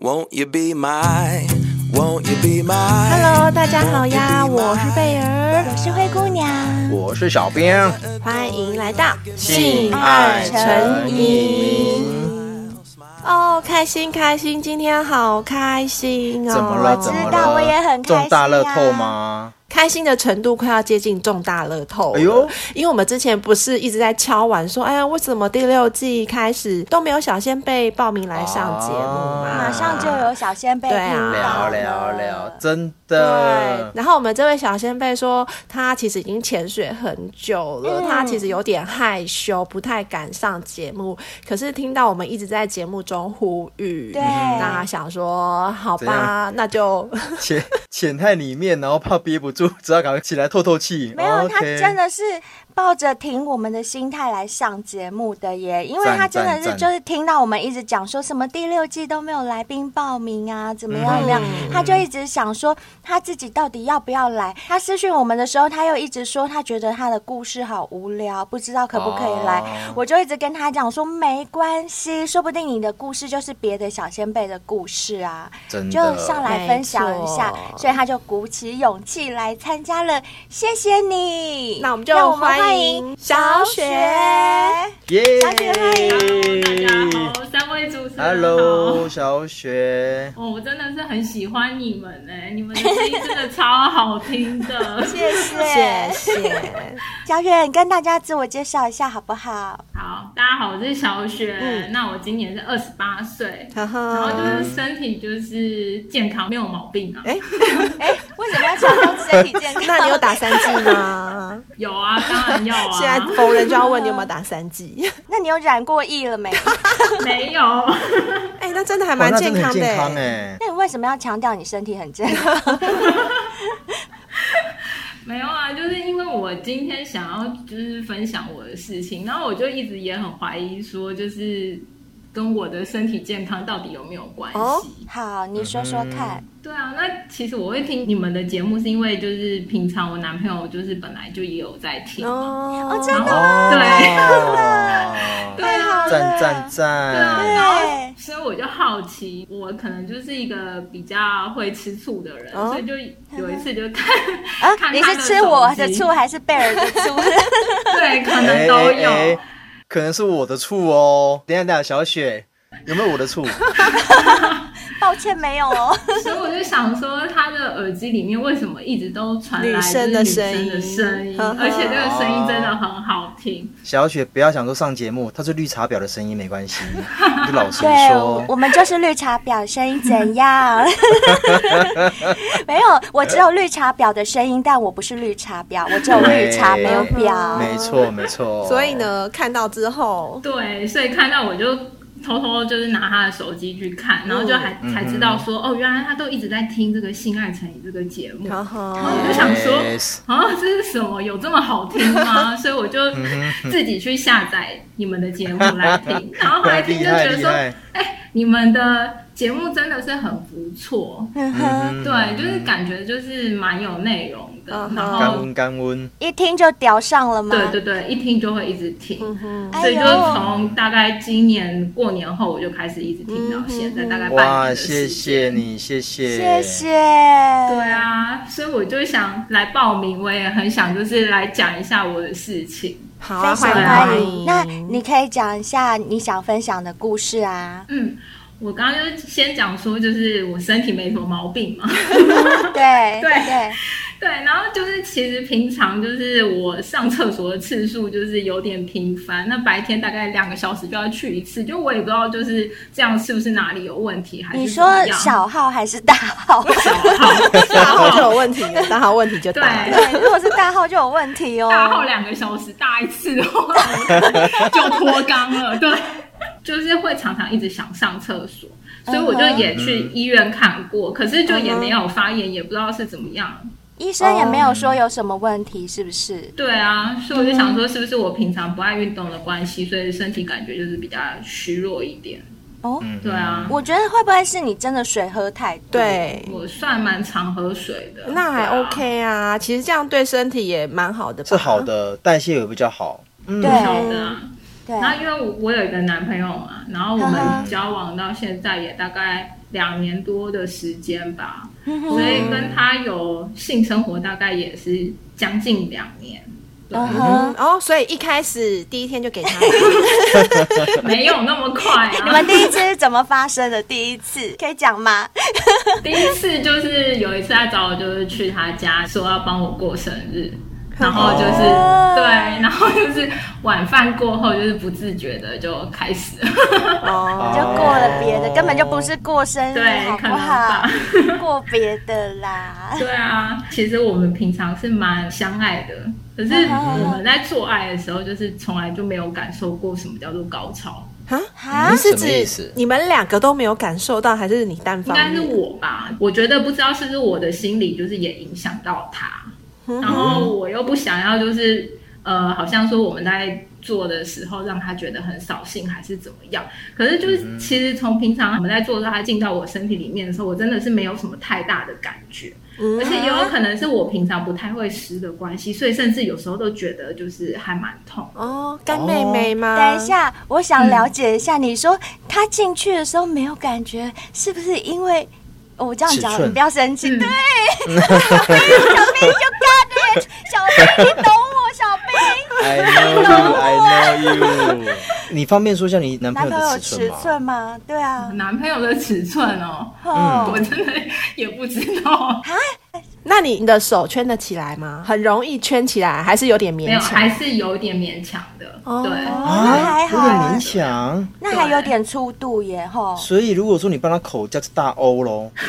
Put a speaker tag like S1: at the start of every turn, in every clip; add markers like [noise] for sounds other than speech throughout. S1: Won't you be my? Won't you be my?
S2: Hello，大家好呀，我是贝儿，
S3: 我是灰姑娘，
S4: 我是小兵，
S2: 欢迎来到
S4: 性爱成嗯
S2: 瘾。哦，开心开心，今天好开心哦！
S4: 怎么了？怎么
S3: 知道
S4: 了？
S3: 我也很开心啊
S4: 中大乐透吗？
S2: 开心的程度快要接近中大乐透。
S4: 哎呦，
S2: 因为我们之前不是一直在敲碗说，哎呀，为什么第六季开始都没有小仙贝报名来上节目嘛？
S4: 啊
S3: 马上就有小仙贝
S2: 对啊
S3: 听到
S4: 聊
S3: 了
S4: 聊聊，真
S2: 对
S4: 的，。
S2: 然后我们这位小先辈说，他其实已经潜水很久了，
S3: 嗯
S2: 他其实有点害羞，不太敢上节目。可是听到我们一直在节目中呼吁，
S3: 对
S2: 那想说好
S4: 怎
S2: 吧，那就
S4: 潜潜在里面，然后怕憋不住，只好赶快起来透透气。
S3: 没有，他
S4: OK
S3: 真的是抱着挺我们的心态来上节目的耶，因为
S4: 赞
S3: 他真的
S4: 赞
S3: 是
S4: 赞
S3: 就是听到我们一直讲说什么第六季都没有来宾报名啊，怎么样
S4: 嗯
S3: 怎么样，他就一直想说他自己到底要不要来。他私讯我们的时候，他又一直说他觉得他的故事好无聊，不知道可不可以来。
S4: 哦
S3: 我就一直跟他讲说没关系，说不定你的故事就是别的小先辈的故事啊。
S4: 真的
S3: 就上来分享一下
S2: 没，错
S3: 所以他就鼓起勇气来参加了，谢谢你。
S2: 那我们就
S3: 让我们欢
S2: 欢迎
S3: 迎
S2: 小
S3: 小
S2: 雪
S3: 雪。
S4: 耶！
S3: 小雪欢
S5: 大家好，三位主持人好
S4: Hello，小雪，
S5: 哦，我真的是很喜欢你们哎、你们的声音真的超好听的。
S3: 谢
S2: 谢
S3: 谢 [laughs]
S2: 谢。
S3: 小雪，你跟大家自我介绍一下好不好？
S5: 好，大家好，我是小雪，
S2: 嗯
S5: 那我今年是二十八岁，
S2: 然
S5: 然后
S2: 后
S5: 就是身体就是健康，没有毛病啊。
S2: 哎
S3: 哎，为什么要强调身体 [laughs] 健康？
S2: 那你有打三剂吗？
S5: 有啊，当然要
S2: [laughs] 现在
S5: 啊，
S2: 逢人就要问你有没有打三剂。 [laughs]
S3: 那你有染过疫了没？ [laughs]
S5: 没有。 [laughs]
S2: 哎、那真的还
S4: 哇
S2: 蛮
S4: 那
S2: 健
S4: 真的
S2: 康
S4: 很
S2: 的、
S4: 健康
S2: 欸。
S4: 哎。
S3: 那你为什么要强调你身体很健康？ [laughs]
S5: 没有啊，就是因为我今天想要就是分享我的事情，然后我就一直也很怀疑说，就是跟我的身体健康到底有没有关系？
S2: 哦
S3: 好，你说说看。
S5: 对啊，那其实我会听你们的节目，是因为就是平常我男朋友就是本来就也有在
S4: 欸
S5: 听嘛，
S2: 哦
S3: 哦真的
S4: 哦，
S5: 对啊，
S3: 好
S4: 欸嗯赞
S3: 了
S4: 赞
S5: 对啊，
S4: 赞！
S5: 然后
S3: 对
S5: 所以我就好奇，我可能就是一个比较会吃醋的人，
S2: 哦
S5: 所以就有一次就看，
S3: 啊，
S5: [laughs] 看
S3: 你
S5: 他
S3: 是
S5: 的
S3: 吃
S5: 手
S3: 我的
S5: 机
S3: 醋还是贝尔的醋？ [laughs]
S5: 对，可能都有。
S4: 哎哎可能是我的醋哦。等一下等一下，小雪有没有我的醋？
S3: 抱歉，没有哦。
S4: 哎
S5: 所以我就想说，他的耳机里面为什么一直都传来
S2: 女生的
S5: 就是
S2: 声音
S5: 女生的声音，
S2: 呵呵
S5: 而且这个声音真的很好听。
S4: 小雪不要想说上节目，它是绿茶婊的声音没关系，你就老实
S3: 对，哦我我
S4: 说。
S3: 们就是绿茶婊，声音怎样？没有，我只有绿茶婊的声音，但我不是绿茶婊，我只有绿茶没有婊。
S4: 没错没错。
S2: 所以，呢，看到之后，
S5: 对，所以看到我就偷偷就是拿他的手机去看，然后就
S4: 嗯
S5: 还、才知道说，哦，原来他都一直在听这个《性爱成瘾》这个节目。
S2: 然后
S5: 然后我就想说
S4: Yes 嗯
S5: 啊，这是什么？有这么好听吗？所以我就自己去下载你们的节目来
S4: [laughs]
S5: 听，然后后来听就觉得
S4: 厉
S5: 说，
S4: 害
S5: 哎
S4: 厉、
S5: 你们的节目真的是很不错，
S3: 嗯哼，
S5: 对，就是感觉就是蛮有内容的
S2: 嗯，
S5: 然
S2: 哼
S4: 干
S5: 后
S4: 温干温，
S3: 一听就屌上了吗？
S5: 对对对，一听就会一直
S2: 嗯
S5: 听，
S3: 哎
S5: 所以
S3: 呦
S5: 就，从大概今年过年后我就开始一直听到现
S3: 嗯
S5: 在，大概哦半年
S4: 哇，
S5: 的
S4: 谢
S5: 时间
S4: 谢。你，谢谢
S3: 谢谢。
S5: 对
S3: 对，
S5: 啊，所以我就想来报名，我也很想就是来讲一下我的事情。
S2: 好啊，
S3: 非常
S2: 欢迎
S3: 欢
S2: 欢
S3: 迎。
S2: 迎。
S3: 那你可以讲一下你想分享的故事
S5: [laughs]
S3: 啊？
S5: 嗯，我刚刚就是先讲说，就是我身体没什么毛病
S3: [laughs]
S5: 嘛，
S3: 对
S5: 对
S3: 对，
S5: 对，然后就是其实平常就是我上厕所的次数就是有点频繁，那白天大概两个小时就要去一次，就我也不知道就是这样是不是哪里有问题，还是
S3: 你
S5: 怎么
S3: 说
S5: 样
S3: 小号还是大号？
S5: 小号， [laughs]
S2: 大号就有问题了，大号问题就
S5: 对。
S2: 大了。
S3: 对， [laughs] 如果是大号就有问题哦。
S5: 大号两个小时大一次的话，就 [laughs] 脱肛了。对，就是会常常一直想上厕所，
S2: 嗯
S5: 所以我就也去医院看过，可是就也没有发炎，也不知道是怎么样。
S3: 医生也没有说有什么问题，是不是？
S5: 对啊，所以我就想说，是不是我平常不爱运动的关系，所以身体感觉就是比较虚弱一点？
S3: 哦，
S4: 嗯
S5: 对，啊，
S3: 我觉得会不会是你真的水喝太多？
S2: 对，
S5: 我算蛮常喝水的，
S2: 嗯那还
S5: 对啊
S2: OK 啊，其实这样对身体也蛮好的吧。
S4: 是好的，代谢也比较好。嗯
S3: 对
S5: 不晓得啊。
S3: 对
S5: 然后因为我我有一个男朋友嘛，然后我
S3: 嗯
S5: 们
S3: 哼
S5: 交往到现在也大概两年多的时间吧，
S3: 嗯
S5: 所以跟他有性生活大概也是将近两年。对
S3: 嗯
S2: 嗯
S3: 哼，
S2: 哦，所以一开始第一天就给他，
S5: [laughs] [laughs] 没有那么快、啊。
S3: [laughs] 你们第一次是怎么发生的？第一次可以讲吗？
S5: 第一次就是有一次他找我，就是去他家说要帮我过生日，然后就是
S3: 哦
S5: 对，然后就是晚饭过后就是不自觉的就开始了，
S4: 啊
S2: 哦，
S3: 就过了别的，根本就不是过生日，
S5: 对
S3: 好不
S5: 可能吧
S3: 好？过别的啦。
S5: [laughs] 对啊，其实我们平常是蛮相爱的，可是
S2: 嗯
S5: 我们在做爱的时候就是从来就没有感受过什么叫做高潮，
S3: 哈
S2: 你啊是
S6: 什么意
S2: 指
S6: 思
S2: 你们两个都没有感受到，还是你单
S5: 应
S2: 方
S5: 该
S2: 面？
S5: 是我吧，我觉得不知道是不是我的心理就是也影响到他，
S2: 嗯
S5: 然后我又不想要就是呃，好像说我们在做的时候让他觉得很扫兴还是怎么样，可是
S2: 嗯
S5: 就是其实从平常我们在做到他进到我身体里面的时候，我真的是没有什么太大的感觉。
S2: 嗯
S5: 而且也有可能是我平常不太会湿的关系，所以甚至有时候都觉得就是还蛮痛。
S2: 哦，干妹妹吗？
S3: 等一，下，我想了解一下，你说他进去的时候没有感觉，是不是因为？哦我这样
S4: 尺
S3: 讲，
S4: 寸
S3: 你不要生气。
S5: 嗯
S3: 对， [laughs] 小兵就 got it，小兵，你懂我，小
S4: [laughs]
S3: 兵。
S6: I know you, I know you。
S4: 你方便说一下你男
S3: 男
S4: 朋友
S3: 朋友
S4: 的
S3: 有
S4: 尺
S3: 尺
S4: 寸吗？
S3: 寸吗？对啊，
S5: 男朋友的尺寸哦，
S4: 嗯
S3: 哦
S5: 我，真的也不知道，
S2: 那你的手圈得起来吗？很容易圈起来，还是有点
S5: 没
S2: 勉
S5: 有，还
S2: 强？
S5: 是有点勉强的。
S2: 哦
S5: 对，
S3: 哦那还好
S4: 有点
S3: 啊
S4: 勉，强。
S3: 那还有点粗度耶，吼。
S4: 所以如果说你帮他口交是大欧喽，
S3: 嗯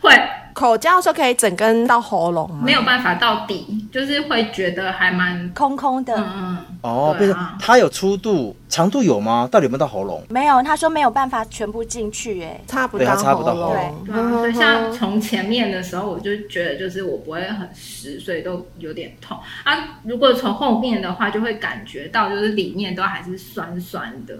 S5: 会
S2: 口交的时候可以整根到喉咙吗？
S5: 没有办法到底，就是会觉得还蛮
S3: 空空的，
S5: 嗯嗯
S4: 哦，
S5: 对
S4: 变
S5: 啊
S4: 成他有粗度，长度有吗？到底有没有到喉咙？
S3: 没有，他说没有办法全部进去，哎，
S2: 插不
S4: 对
S2: 到
S4: 它插不到
S2: 喉
S4: 喉
S2: 咙。
S5: 对啊，所以像从前面的时候，我就觉得就是我不会很湿，所以都有点痛啊。如果从后面的话，就会感觉到就是里面都还是酸酸的。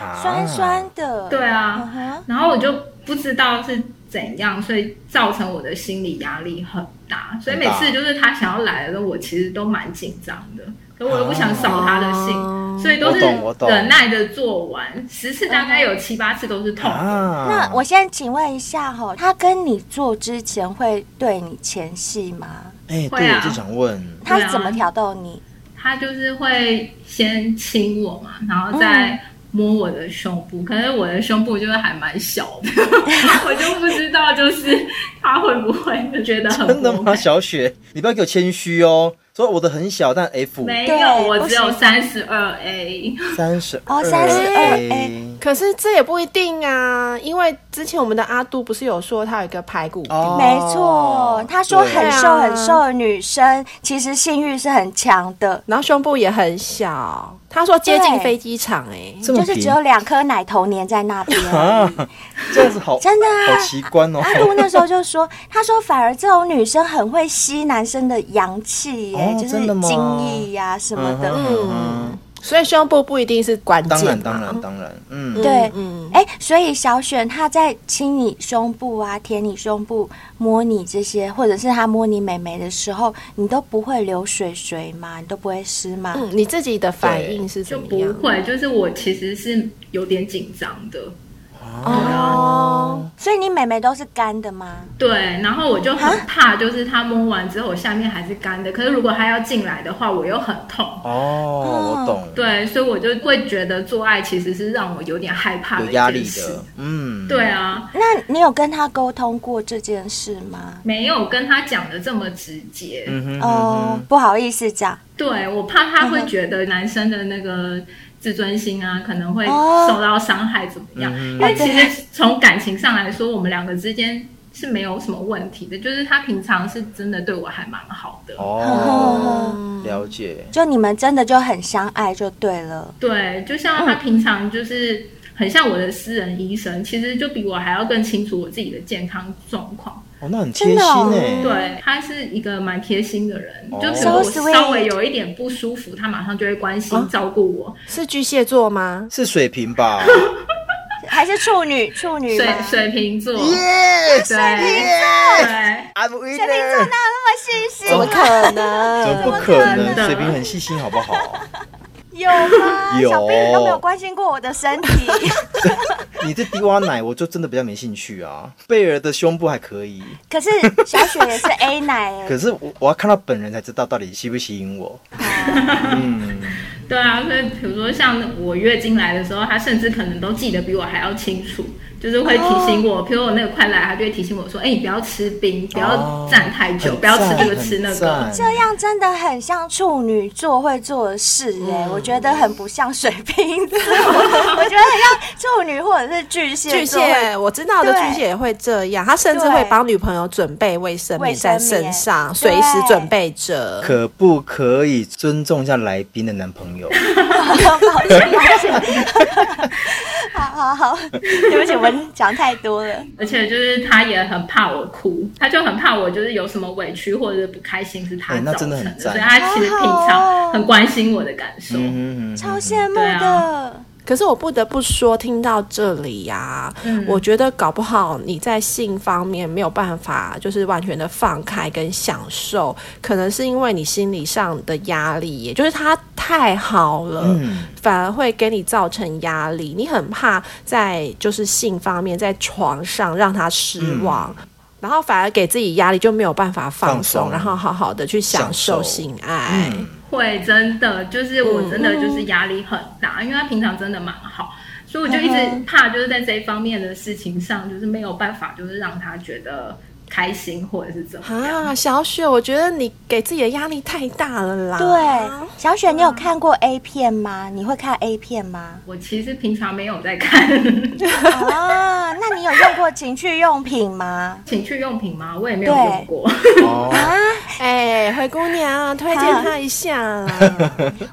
S4: 啊
S3: 酸酸的，
S5: 对
S2: 哦
S3: 嗯
S5: 啊，
S3: 哼，
S5: 然后我就不知道是怎样，所以造成我的心理压力很大。所以每次就是他想要来的时候，我其实都蛮紧张的，可我又不想扫他的兴，
S4: 哦
S5: 所以都是
S4: 我懂我懂
S5: 忍耐的做完。十次大概有七八次都是痛的。
S4: 啊
S3: 那我先请问一下哈，他跟你做之前会对你前戏吗？
S4: 哎，
S5: 会
S4: 对，
S5: 啊
S4: 我就想问，
S3: 他
S5: 对啊
S3: 是怎么挑逗你？
S5: 他就是会先亲我嘛，然后再摸我的胸部。可是我的胸部就是还蛮小
S4: [laughs]
S5: 的，我就不知道就是他会不会觉得很
S4: 真的
S3: [laughs]
S5: 不
S4: 吗？
S5: OK
S4: 小雪，你不要给我谦虚哦，说我的很小，但 F
S5: 没
S3: 对
S5: 有，我只有
S3: 不
S5: 三十二 A。
S4: 三十哎
S3: 哦32 A
S2: 可是这也不一定啊，因为之前我们的阿杜不是有说他有一个排骨病，
S4: 哦哎
S3: 没错，他说
S4: 对
S3: 很
S2: 对
S3: 瘦
S2: 啊
S3: 很瘦的女生，其实性欲是很强的，
S2: 然后胸部也很小，他说接近
S3: 对
S2: 飞机场哎、
S4: 这
S3: 就
S4: 么
S3: 是
S4: 平
S3: 只有两颗奶头粘在那边。
S4: 啊，这样子好，
S3: 真的啊
S4: 好奇观哦。
S3: 阿杜那时候就说， [laughs] 他说反而这种女生很会吸男生的阳气耶，
S4: 哦
S3: 就是
S4: 真的吗
S3: 精液呀、什么的。
S4: 嗯哼嗯
S2: 所以胸部不一定是关
S4: 当
S2: 键
S4: 然
S2: 嘛，
S4: 当然当然，嗯，
S3: 对，
S2: 嗯
S3: 哎、所以小雪她在亲你胸部啊、舔你胸部、摸你这些，或者是她摸你美眉的时候，你都不会流水水吗？你都不会湿吗？
S2: 嗯，你自己的反应是
S5: 就
S2: 怎么
S5: 不
S2: 样？
S5: 会，就是我其实是有点紧张的，
S2: 嗯哦，
S3: 所以你美眉都是干的吗？
S5: 对，然后我就很
S4: 啊
S5: 怕，就是他摸完之后，我下面还是干的，可是如果他要进来的话，我又很痛，
S4: 哦，
S3: 嗯
S4: 我懂，，
S5: 对，所以我就会觉得做爱其实是让我有点害怕的
S4: 有压力
S5: 一件事
S4: 的，嗯，
S5: 对啊，
S3: 那你有跟她沟通过这件事吗？
S5: 没有跟他讲的这么直接，
S4: 嗯哼，嗯
S3: 哦、
S4: 哼，
S3: 不好意思讲，
S5: 对我怕他
S3: 嗯
S5: 会觉得男生的那个自尊心啊，可能会
S3: 哦嗯
S5: 受到伤害，怎么样？因为其实 [laughs] 从感情上来说，我们两个之间是没有什么问题的，就是他平常是真的对我还蛮好的。
S4: 哦，了解，
S3: 嗯就你们真的就很相爱就对了。
S5: 对，就像他平常就是很像我的私人医生，其实就比我还要更清楚我自己的健康状况。
S4: 哦，那很贴心
S3: 真的哦
S4: 哎，
S5: 对，他是一个蛮贴心的人，
S4: 哦
S5: 就比如我
S3: So sweet 哦
S5: 稍微有一点不舒服，他马上就会关心照顾我。
S2: 是巨蟹座
S4: [laughs]
S2: 吗？
S4: 是水瓶
S5: [laughs]
S4: 吧？
S3: 还是处女，处女吗？
S5: 水水瓶座，
S4: 耶，
S5: 对对。
S4: I'm
S3: 水瓶座哪
S4: winner，哦
S3: 有那么细心？
S2: 怎么可能？
S4: 怎么不可
S5: 怎么可
S4: 能？
S5: 能
S4: 水瓶很细心好不好？ [laughs]
S3: 耶有吗？
S4: 有
S3: 小兵你都没有关心过我的身体， [laughs]
S4: 你这低洼奶，我就真的比较没兴趣啊。贝儿的胸部还可以，
S3: 可是小雪也是 A 奶哎
S4: 可是我我要看到本人才知道到底吸不吸引我。嗯，
S5: 对啊，所以比如说像我月经来的时候，他甚至可能都记得比我还要清楚，就是会提醒
S4: 哦
S5: 我，比如我那个快来，他就会提醒我说：“哎、你不要吃冰，不要站太久，
S4: 很
S5: 不要吃这个
S4: 赞
S5: 吃那
S4: 哦很
S5: 个。
S4: 赞
S3: 这样真的很像处女座会做的事哎、
S4: 嗯
S3: 我觉得很不像水瓶
S4: [laughs]
S3: 座，我觉得很像处女或者是巨蟹
S2: 巨
S3: 座会
S2: 蟹，我知道的
S3: 对
S2: 巨蟹也会这样，他甚至会
S3: 对
S2: 帮女朋友准备卫生
S3: 卫
S2: 棉
S3: 生
S2: 在身
S3: 棉
S2: 上，
S3: 对
S2: 随时准备着。
S4: 可不可以尊重一下来宾的男朋友？
S3: 抱歉抱歉， [laughs] 好好好，对不起，我们讲太多了。
S5: 而且就是他也很怕我哭，他就很怕我就是有什么委屈或者是不开心是他
S4: 哎那
S5: 造
S4: 真
S5: 成
S4: 的很
S5: 的，
S4: 赞
S5: 所以他其实平
S3: 好好哦
S5: 常很关心我的感受。
S4: 嗯，
S3: 超羡慕
S5: 对
S3: 的
S5: 啊。
S2: 可是我不得不说，听到这里呀、
S5: 嗯
S2: 我觉得搞不好你在性方面没有办法，就是完全的放开跟享受，可能是因为你心理上的压力，也就是他太好了，
S4: 嗯
S2: 反而会给你造成压力。你很怕在就是性方面，在床上让他失望。然后反而给自己压力，就没有办法放
S4: 嗯放
S2: 松，
S4: 松
S2: 然后好好的去享
S4: 享受嗯
S2: 受性爱。
S5: 会真的就是我真的就是压力很大，因为他平常真的蛮好，所以我就一直怕就是在这一方面的事情上，就是没有办法就是让他觉得开心或者是怎么样。？
S2: 啊，小雪，我觉得你给自己的压力太大了啦。
S3: 对，小雪，你有看过 A 片吗？你会看 A 片吗
S5: 我其实平常没有在看
S3: 啊，那你有用过情趣用品吗？
S5: 情趣用品吗？我也没有用过。
S4: 哦，
S2: 哎、灰姑娘，推荐她一下。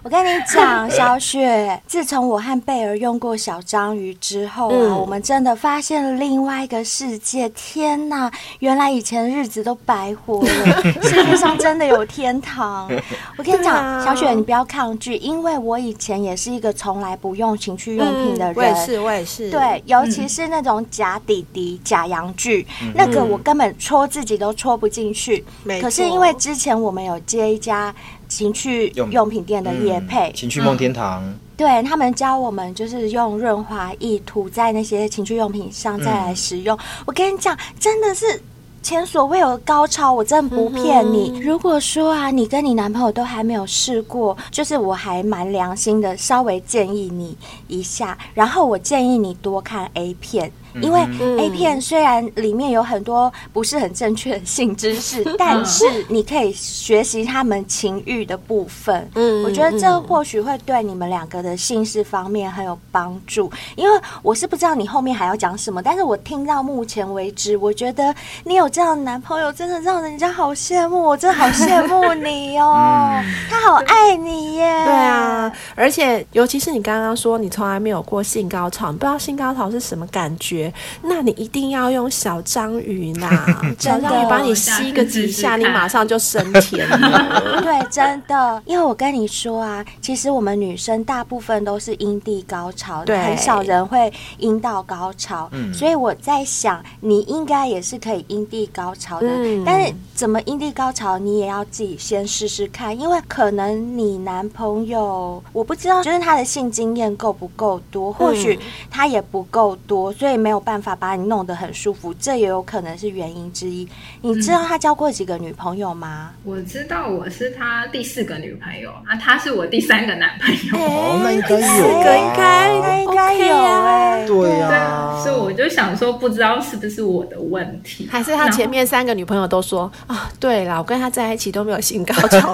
S3: 我跟你讲，小雪，自从我和贝儿用过小章鱼之后啊，
S2: 嗯
S3: 我们真的发现了另外一个世界。天哪，原来以前日子都白活
S2: [laughs]
S3: 了，世界上真的有天堂。我跟你
S2: 对
S3: 讲，
S2: 啊
S3: 小雪，你不要抗拒，因为我以前也是一个从来不用情趣 [laughs] 用品的人。
S2: 嗯我也是，我也是。
S3: 对，，尤其是那种假底底、假洋具，那个我根本戳自己都戳不进去。
S2: 嗯没
S3: 可是
S2: 错
S3: 因为之前我们有接一家情趣
S4: 用
S3: 用品店的业配，
S2: 嗯
S4: 情趣梦天堂，
S3: 对他们教我们就是用润滑液涂在那些情趣用品上再
S2: 嗯
S3: 来使用。我跟你讲，真的是。前所未有的高潮，我真的不骗
S2: 嗯
S3: 你。如果说啊，你跟你男朋友都还没有试过，就是我还蛮良心的，稍微建议你一下。然后我建议你多看 A 片，因为
S2: 嗯
S3: A 片虽然里面有很多不是很正确的性知
S2: [laughs]
S3: 识，但是你可以学习他们情欲的部分。
S2: 嗯
S3: 我觉得这
S2: 嗯
S3: 或许会对你们两个的性事方面很有帮助，因为我是不知道你后面还要讲什么，但是我听到目前为止，我觉得你有这样的男朋友，真的让人家好羡慕，我真的好羡慕你哦，他好爱你耶，
S2: 嗯对啊，，而且尤其是你刚刚说你从来没有过性高潮，你不知道性高潮是什么感觉，那你一定要用小章鱼啦，小
S3: [laughs] 真的
S2: 章鱼把你吸个几下，
S5: 我下次试试看
S2: 你马上就升天
S3: [laughs]
S2: 了。
S3: 对，真的，因为我跟你说啊，其实我们女生大部分都是阴蒂高潮，
S2: 对
S3: 很少人会阴道高潮，
S4: 嗯
S3: 所以我在想，你应该也是可以阴蒂高潮的，
S2: 嗯
S3: 但是怎么阴蒂高潮，你也要自己先试试看，因为可能你男朋友我不知道，就是他的性经验够不够
S2: 嗯
S3: 多，或许他也不够多，所以没有办法把你弄得很舒服，这也有可能是原因之一。你
S2: 嗯
S3: 知道他交过几个女朋友吗？
S5: [laughs] 我知道我是他第四个女朋友啊，他是我第三个男朋友。
S4: 哦，那应该
S2: 四
S4: 有
S2: 个应
S4: 啊，
S2: 该
S3: 应该有
S2: OK 啊
S3: 哎、
S4: 对
S5: [laughs] 对啊
S4: 呀，，
S5: 所以我就想说，不知道是不是我的问题，
S2: 还是他前面三个女朋友都说啊，对啦，我跟他在一起都没有性高潮，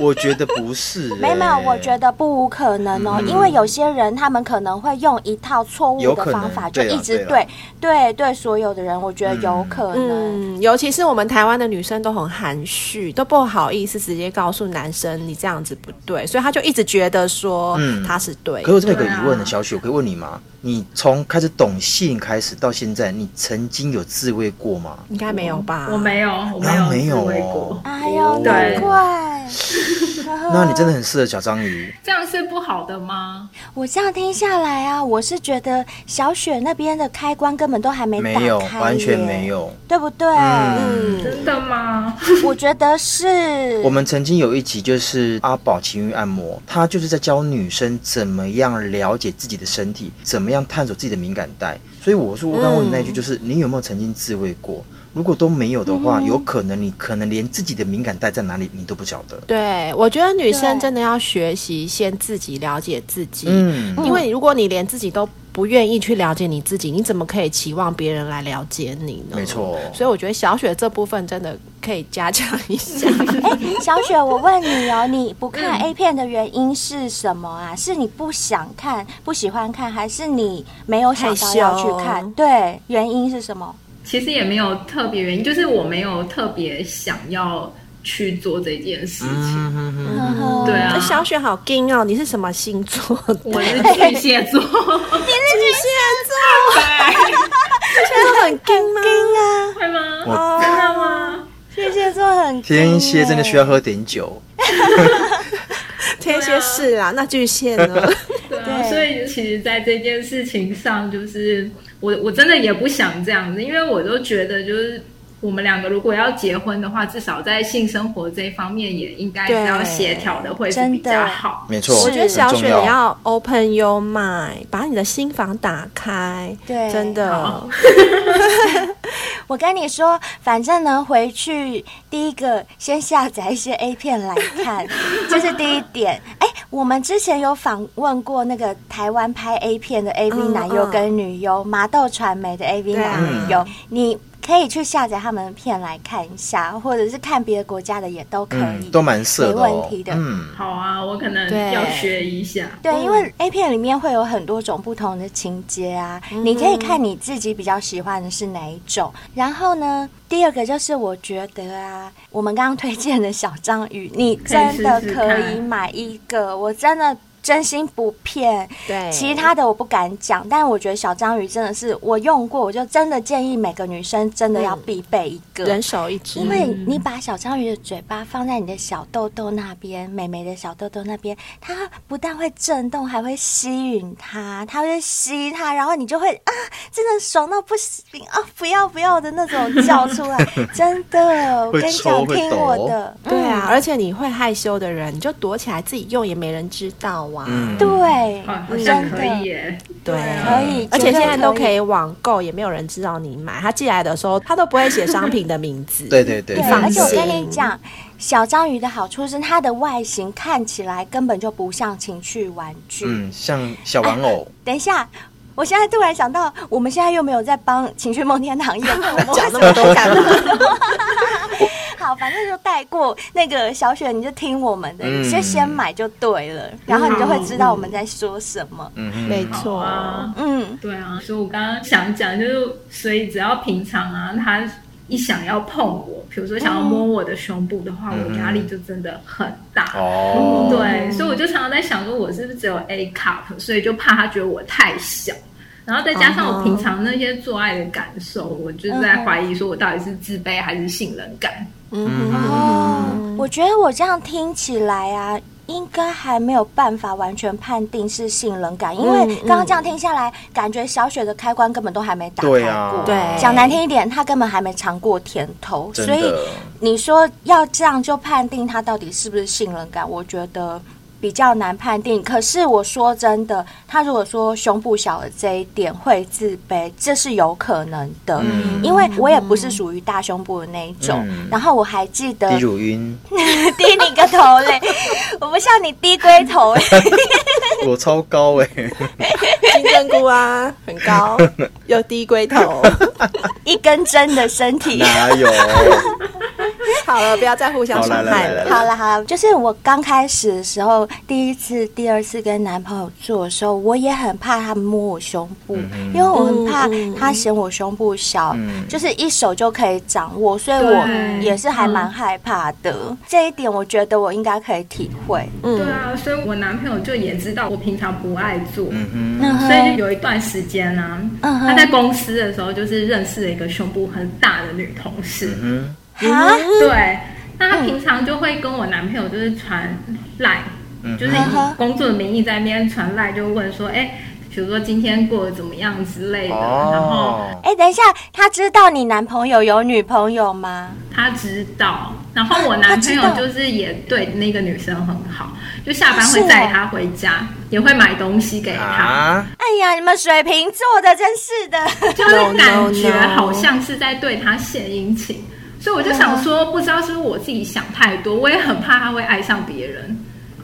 S4: 我觉得
S3: [laughs]
S4: 不是，欸
S3: 没有没有，我觉
S4: 得
S3: 得不无可能哦，因为有些人他们可能会用一套错误
S4: 嗯有
S3: 的
S4: 可能
S3: 方法，就
S4: 对啊
S3: 一直
S4: 对
S3: 对
S4: 啊
S3: 对对所有的人，我觉得有
S4: 嗯
S3: 可能。
S2: 嗯，尤其是我们台湾的女生都很含蓄，都不好意思直接告诉男生你这样子不对，所以他就一直觉得说
S4: 嗯
S2: 他是对。
S4: 可是我这边有个疑问
S5: 对
S4: 呢，
S5: 啊
S4: 小雪，我可以问你吗？你从开始懂性开始到现在，你曾经有自慰过吗？
S2: 应该没有吧？
S5: 我没有，我
S4: 啊
S5: 没
S4: 没
S5: 有
S4: 有
S5: 自慰
S4: 哦
S5: 过。
S3: 哎哎呦，难
S5: 对
S3: 怪！
S4: 那你真的很适合小章鱼。
S5: 这样是不好的吗？
S3: 我这样听下来啊，我是觉得小雪那边的开关根本都还没打开，
S4: 没有，完全没，有。
S3: 对不对？
S4: 嗯
S5: 真的吗？
S3: 我觉得是。
S4: 我们曾经有一集就是阿宝情欲按摩，他就是在教女生怎么样了解自己的身体，怎么样探索自己的敏感带。所以我说，我刚刚问你那一句就是，你有没有曾经自慰过？如果都没有的话，有可能你可能连自己的敏感带在哪里你都不晓得。
S2: 对，我觉得女生
S3: 对
S2: 真的要学习先自己了解自己，
S4: 嗯，
S2: 因为如果你连自己都不愿意去了解你自己，你怎么可以期望别人来了解你呢？
S4: 没错
S2: 所以我觉得小雪这部分真的可以加强一
S4: [laughs]
S2: 下。
S3: 哎小雪，我问你哦，你不
S2: 嗯
S3: 看 A 片的原因是什么啊？是你不想看、不喜欢看，还是你没有想到要去
S2: 害
S3: 看
S2: 羞？
S3: 对，原因是什么？
S5: 其实也没有特别原因，就是我没有特别想要去做这件事情。
S3: 嗯呵
S2: 嗯
S3: 呵
S5: 对啊
S2: 哎小雪好硬哦，你是什么星座的？[laughs]
S5: 我是巨蟹座，
S2: 蟹座，很硬吗？
S5: 会吗？
S4: 我
S5: 真的吗？
S3: 巨蟹座很
S4: 天蝎真的需
S3: 要。
S4: 要喝点酒。
S2: 天蝎是
S3: 啊
S2: 啦，那巨蟹
S3: [laughs]
S2: 呢？
S5: 对啊，
S3: 对
S5: 所以其实，在这件事情上，就是我我真的也不想这样子，因为我都觉得就是。我们两个如果要结婚的话，至少在性生活这一方面也应该是
S2: 对
S5: 要协调的，会是
S3: 真
S5: 比
S3: 的
S5: 较好。
S4: 没错，
S2: 我觉得小
S4: 很
S2: 雪
S4: 重
S2: 你要 open your mind，把你的心房打开。
S3: 对
S2: 真的
S5: 好，
S3: 我跟你说，反正呢，回去第一个先下载一些 A 片来
S2: [laughs]
S3: 看，这是第一点。哎，我们之前有访问过那个台湾拍 A 片的 AV
S2: 嗯
S3: 男优
S2: 嗯
S3: 跟女优，麻豆传媒的 AV
S2: 对啊
S3: 男女优，你可以去下载他们的片来看一下，或者是看别的国家的也都可以，
S4: 嗯，都蛮色的
S3: 没
S4: 哦
S3: 问题的。
S4: 嗯，
S5: 好啊，我可能
S2: 对
S5: 要学一下。
S3: 对，因为 A 片里面会有很多种不同的情节啊，
S5: 嗯
S3: 你可以看你自己比较喜欢的是哪一种。然后呢，第二个就是我觉得啊，我们刚刚推荐的小章鱼，你真的
S5: 可以试试
S3: 可以
S5: 看
S3: 买一个，我真的。真心不骗，
S2: 对，
S3: 其他的我不敢讲，但我觉得小章鱼真的是我用过，我就真的建议每个女生真的要
S2: 嗯
S3: 必备一个。
S2: 人手一只，
S3: 因为你把小章鱼的嘴巴放在你的小豆豆那边，美美的小豆豆那边，它不但会震动，还会吸引它，它会吸它，然后你就会啊，真的爽到不行啊，不要不要的那种叫出来，真的，我
S4: 会
S3: 跟你
S4: 抽
S3: 讲，
S4: 会
S3: 听
S4: 抖
S3: 我的，
S2: 对啊，而且你会害羞的人，你就躲起来自己用，也没人知道啊。
S4: 嗯
S3: 对，
S5: 啊，好像
S3: 真
S5: 可以
S3: 的。
S5: 耶。
S2: 对，
S3: 可以
S2: 而且现在都可
S3: 绝
S2: 以网购，也没有人知道你买。他寄来的时候，他都不会写商品的名字。
S4: 对对
S3: 对，
S4: 对
S2: 你放
S3: 而且我
S2: 心
S3: 跟你讲，小章鱼的好处是它的外形看起来根本就不像情趣玩具。
S4: 嗯，像小玩偶，
S3: 等一下，我现在突然想到，我们现在又没有在帮《情趣梦天堂》演，我们为
S2: 讲
S3: 什
S2: 那
S3: 么
S2: 么
S3: 都
S2: 多
S3: 讲那么多？好，反正就带过那个小雪，你就听我们的，
S4: 嗯
S3: 你就先买就对了，然后你就会知道我们在说什么。
S4: 嗯哼，
S2: 没
S5: 好
S2: 错，
S5: 啊。
S3: 嗯，
S5: 对啊，所以我刚刚想讲就是，所以只要平常啊，他一想要碰我，比如说想要摸我的胸部的话，
S4: 嗯
S5: 我压力就真的很大。
S4: 哦，
S5: 对，所以我就常常在想说，我是不是只有 A cup，所以就怕他觉得我太小。然后再加上我平常那些做爱的感受，我就是在怀疑说我到底是自卑还是信任感。
S2: 嗯
S3: 哦，我觉得我这样听起来啊。应该还没有办法完全判定是性冷感，因为
S2: 嗯
S3: 刚刚这样听下来，感觉小雪的开关根本都还没打开过。
S4: 对啊，
S2: 对
S3: 讲难听一点，她根本还没尝过甜头，
S4: 真
S3: 所以
S4: 的，
S3: 你说要这样就判定他到底是不是信任感，我觉得比较难判定。可是我说真的，他如果说胸部小的这一点会自卑，这是有可能的，
S4: 嗯
S3: 因为我也不是属于大胸部的那一种。
S4: 嗯
S3: 然后我还记得
S4: 低乳晕，
S3: [laughs] 低你个头嘞，我不像你低龟头 [laughs] 嘞。
S4: 我超高哎、
S3: [laughs]
S2: 金针菇啊，很 [laughs] 高，又低龟 [laughs] 头。
S3: 一根针的身体。
S4: 哪
S3: [laughs]
S4: 有？
S2: 好了，不要再互相
S4: 好来
S2: 伤
S4: 来
S2: 害
S4: 来
S2: 了。
S4: 来，
S3: 好了好了，就是我刚开始的时候，第一次、第二次跟男朋友做的时候，我也很怕他摸我胸部，因为我很怕
S2: 嗯嗯
S3: 他嫌我胸部小，
S4: 嗯
S3: 就是一手就可以掌握，所以我
S5: 对
S3: 也是还蛮害怕的。这一点我觉得我应该可以体会。
S2: 嗯
S5: 对啊，所以我男朋友就也知道我平常不爱做，
S4: 嗯哼，
S3: 嗯
S5: 所以
S3: 哼，
S5: 就有一段时间啊，
S3: 嗯哼
S5: 他在公司的时候就是认识了一个胸部很大的女同事，
S4: 嗯
S3: 啊，
S5: 对。那他平常就会跟我男朋友就是传赖，
S4: 嗯
S5: 就是以工作的名义在那边传赖，就问说，哎、比如说今天过得怎么样之类的，然后
S4: 哦，
S3: 哎，等一下，他知道你男朋友有女朋友吗？
S5: 他知道，然后我男朋友就是也对那个女生很好，就下班
S3: 哦
S5: 会载她回家，也会买东西给她，
S4: 啊，
S3: 哎呀，你们水瓶座的真是的，
S5: 就是感觉
S2: No, no, no
S5: 好像是在对她献殷勤，所以我就想说，不知道是不是我自己想太多，我也很怕他会爱上别人，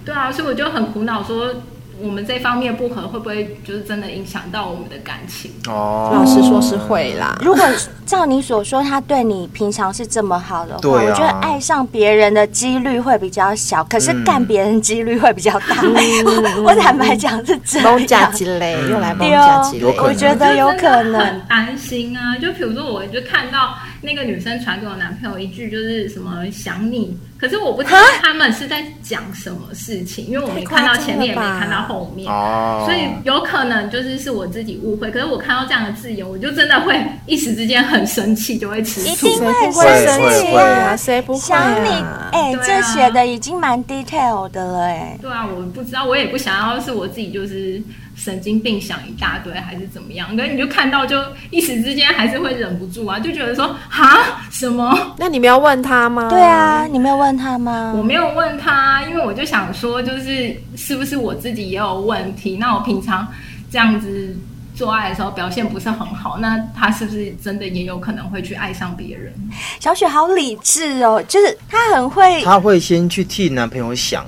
S5: 对啊，所以我就很苦恼说。我们这方面不合，会不会就是真的影响到我们的感情？
S4: 哦，
S2: 老实说是会
S4: [laughs]
S2: 啦。
S3: 如果照你所说，他对你平常是这么好的话，
S4: 对啊
S3: 我觉得爱上别人的几率会比较小，可是
S4: 嗯
S3: 干别人几率会比较大。 [laughs] 我我坦白讲是这样
S2: 蒙。甲积累，又来蒙
S3: 对
S2: 甲
S3: 哦
S2: 积，
S4: 嗯有
S2: 累
S4: 可，能
S3: 我觉得有可能
S5: 很。担心啊。就比如说，我就看到那个女生传给我男朋友一句，就是什么想你，可是我不知道他们是在讲什么事情，因为我没看到前面，也没看到后面。
S4: 哦，
S5: 所以有可能就是是我自己误会，可是我看到这样的字眼，我就真的会一时之间很生气，就会吃
S3: 一
S5: 醋
S3: 定。
S2: 谁
S3: 会很
S2: 不会
S4: 会
S3: 生
S2: 气
S3: 气
S4: 会
S2: 啊？
S3: 啊！
S2: 谁不会
S3: 想你
S2: 啊？，
S3: 哎、
S5: 对啊
S3: 这写的已经蛮 detail 的了、哎，
S5: 对啊，我不知道，我也不想要是我自己就是神经病想一大堆，还是怎么样？可是你就看到就一时之间还是会忍不住啊，就觉得说哈什么
S2: 那你们要问他吗？
S3: 对啊，你没有问他吗？
S5: 我没有问他，因为我就想说，就是是不是我自己也有问题？那我平常这样子做爱的时候表现不是很好，那他是不是真的也有可能会去爱上别人？
S3: 小雪好理智哦，就是她很会，
S4: 她会先去替男朋友想，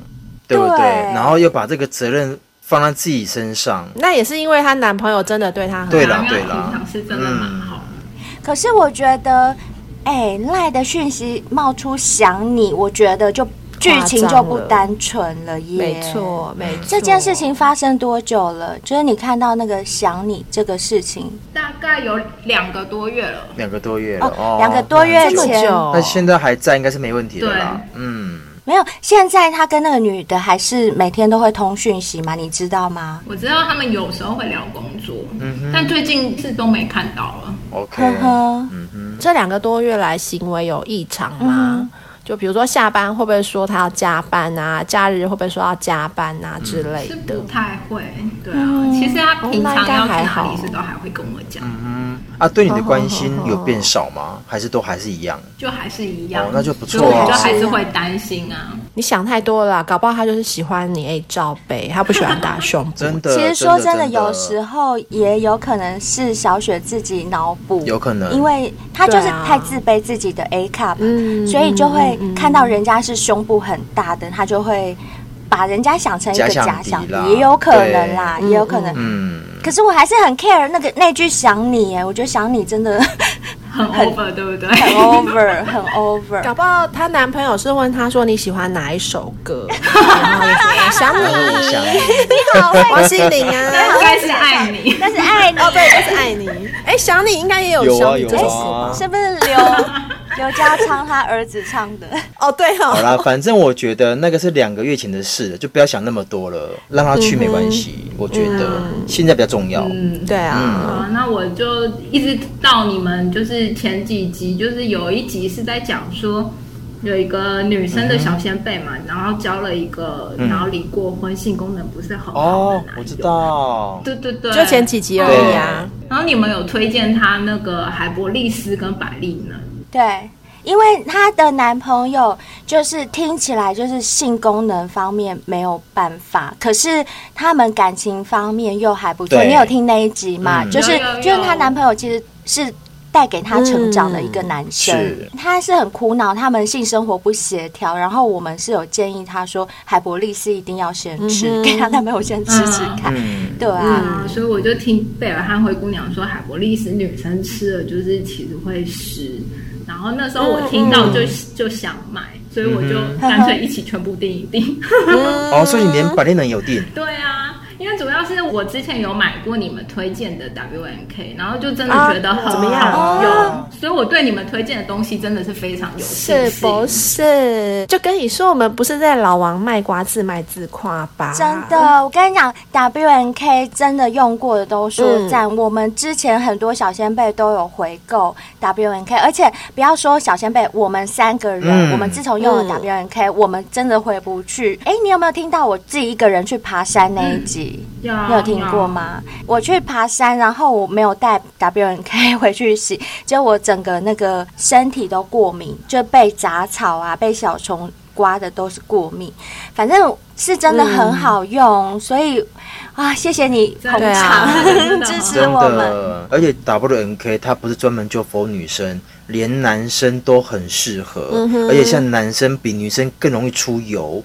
S4: 对不对？
S3: 对
S4: 然后又把这个责任放在自己身上，
S2: 那也是因为她男朋友真的对她很
S4: 对
S2: 好。
S4: 啦
S5: 因为
S4: 对
S5: 他
S4: 啦嗯
S5: 平常是真的蛮好的。
S3: 可是我觉得，哎、赖的讯息冒出想你，我觉得就剧情就不单纯了耶。
S2: 没。错，没错。
S3: 这件事情发生多久了？就是你看到那个想你这个事情
S5: 大概有两个多月了，
S4: 两个多月了，哦，
S3: 两个多月
S2: 这么
S3: 前，
S2: 久，
S4: 那现在还在，应该是没问题的啦。嗯，
S3: 没有。现在他跟那个女的还是每天都会通讯息嘛？你知道吗？
S5: 我知道他们有时候会聊工作，
S4: 嗯
S5: 但最近是都没看到了。
S4: OK，
S3: 呵呵，
S2: 这两个多月来行为有异常吗？
S3: 嗯
S2: 就比如说下班会不会说他要加班啊？假日会不会说要加班啊
S4: 嗯
S2: 之
S4: 哎
S2: 类
S5: 是
S2: 的？
S5: 不太会，对啊。其实他平常要去哪里是都还会跟我讲，
S4: 啊，对你的关心有变少
S3: 嗯
S4: 吗？还是都还是一样？
S5: 就还是一样。
S4: 哦那就不错
S5: 所以我
S4: 啊
S5: 就还是会担心啊。
S2: 你想太多了啦，搞不好他就是喜欢你 A 罩杯，他不喜欢打胸部。
S4: [laughs] 真的，
S3: 其实说
S4: 真
S3: 真的，有时候也有可能是小雪自己脑补，
S4: 有可能
S3: 因为她就是
S2: 对啊
S3: 太自卑自己的 A cup，、
S2: 嗯
S3: 所以就会
S2: 嗯嗯嗯
S3: 看到人家是胸部很大的，她就会把人家想成一个
S4: 假想
S3: 假
S4: 敌
S3: 想敌
S4: 啦，
S3: 也有可能啦，
S2: 对
S3: 也有可能。
S4: 嗯，
S3: 可是我还是很 care 那个那句想你，哎，我觉得想你真
S2: [laughs]
S3: 的
S5: 很 over，对不对？ [laughs]
S3: 很 over，很 over。
S2: 搞不好她男朋友是问她说你喜欢哪一首
S4: [laughs]
S2: 歌，然后就说哎想
S4: 然后我
S2: [laughs] 你，
S4: 哦
S3: [laughs]
S4: 想，
S2: 王心凌啊，
S5: 应该是爱你。
S3: [laughs] 但是爱你，哎
S2: 哦对，就是爱你。哎，想你应该也有
S6: 有啊
S2: 想你
S6: 有啊
S2: 这首吧？
S3: 是不是刘刘家昌他儿子唱的？
S2: 哦对
S4: 好
S2: 哦，
S4: 啦，反正我觉得那个是两个月前的事了，就不要想那么多了，让他去没关
S2: 嗯
S4: 系。我觉得现在比较重要。
S5: 嗯，
S2: 对啊，
S5: 好，那我就一直到你们就是前几集，就是有一集是在讲说有一个女生
S4: 嗯
S5: 的小先辈嘛，然后交了一个，然后离过婚，性功能不是很好的
S4: 哦
S5: 男友。，
S4: 我知道，
S5: 对对对，
S2: 就前几集而已啊。
S5: 然后你们有推荐她那个海博利斯跟百利呢？
S3: 对，因为她的男朋友就是听起来就是性功能方面没有办法，可是他们感情方面又还不错。
S4: 对
S3: 你有听那一集吗？
S4: 嗯
S3: 就是
S5: 有有有
S3: 就是她男朋友其实是。带给她成长的一个男生，
S4: 嗯是
S3: 他是很苦恼，他们性生活不协调。然后我们是有建议他说，海博利斯一定要先吃，
S2: 嗯哼
S3: 给她男朋友先吃吃看。
S4: 嗯，
S3: 对啊，
S5: 啊，所以我就听贝尔和灰姑娘说，海博利斯女生吃了就是其实会湿，然后那时候
S2: 嗯
S5: 我听到就、就想买，所以
S4: 嗯
S5: 我就干脆一起全部订一订。
S2: 啊
S4: 哦，所以你连百丽能有订，
S5: 对啊，因为主要是我之前有买过你们推荐的 WMK，然后就真的觉得很
S2: 啊
S5: 好
S2: 怎么样
S5: 用，
S3: 啊
S5: 所以我对你们推荐的东西真的是非常有信
S2: 是
S5: 心。
S2: 不是？就跟你说，我们不是在老王卖瓜，自卖自夸吧？
S3: 真的，我跟你讲，W N K 真的用过的都说赞。我们之前很多小先辈都有回购 W N K，而且不要说小先辈，我们三个人，
S4: 嗯
S3: 我们自从用了
S2: 嗯
S3: W N K，、我们真的回不去。哎、你有没有听到我自己一个人去爬山那一集？
S5: 有啊
S3: 你有听过？吗？我去爬山，然后我没有带 W N K 回去洗， [laughs] 结果我整个那个身体都过敏，就被杂草啊、被小虫刮的都是过敏。反正是真的很好用，所以啊，谢谢你捧
S5: 真
S2: 的
S3: 场、 [laughs]
S2: 啊
S5: 嗯真的
S3: 支持
S4: 真
S3: 我们。
S4: 的，而且 WNK 它不是专门就 for 女生，连男生都很适合，
S2: 嗯哼
S4: 而且像男生比女生更容易出油。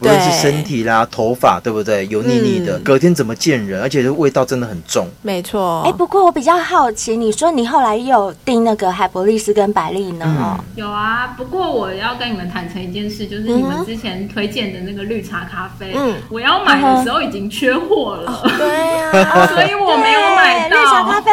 S4: 无论是
S2: 对
S4: 身体啦、头发，对不对？油腻腻的，
S2: 嗯
S4: 隔天怎么见人？而且这味道真的很重。
S2: 没错。
S3: 哎、不过我比较好奇，你说你后来又有订那个海博利斯跟百丽呢？
S4: 嗯
S3: 哦
S5: 有啊，不过我要跟你们坦诚一件事，就是你
S2: 嗯
S5: 们
S2: 哼
S5: 之前推荐的那个绿茶咖啡，
S2: 嗯
S5: 我要买的时候已经缺货了，
S2: 对
S3: 啊
S2: 呀、
S5: [laughs] 所以我没有买
S3: 嗯对
S5: 到。啊
S3: 绿茶咖啡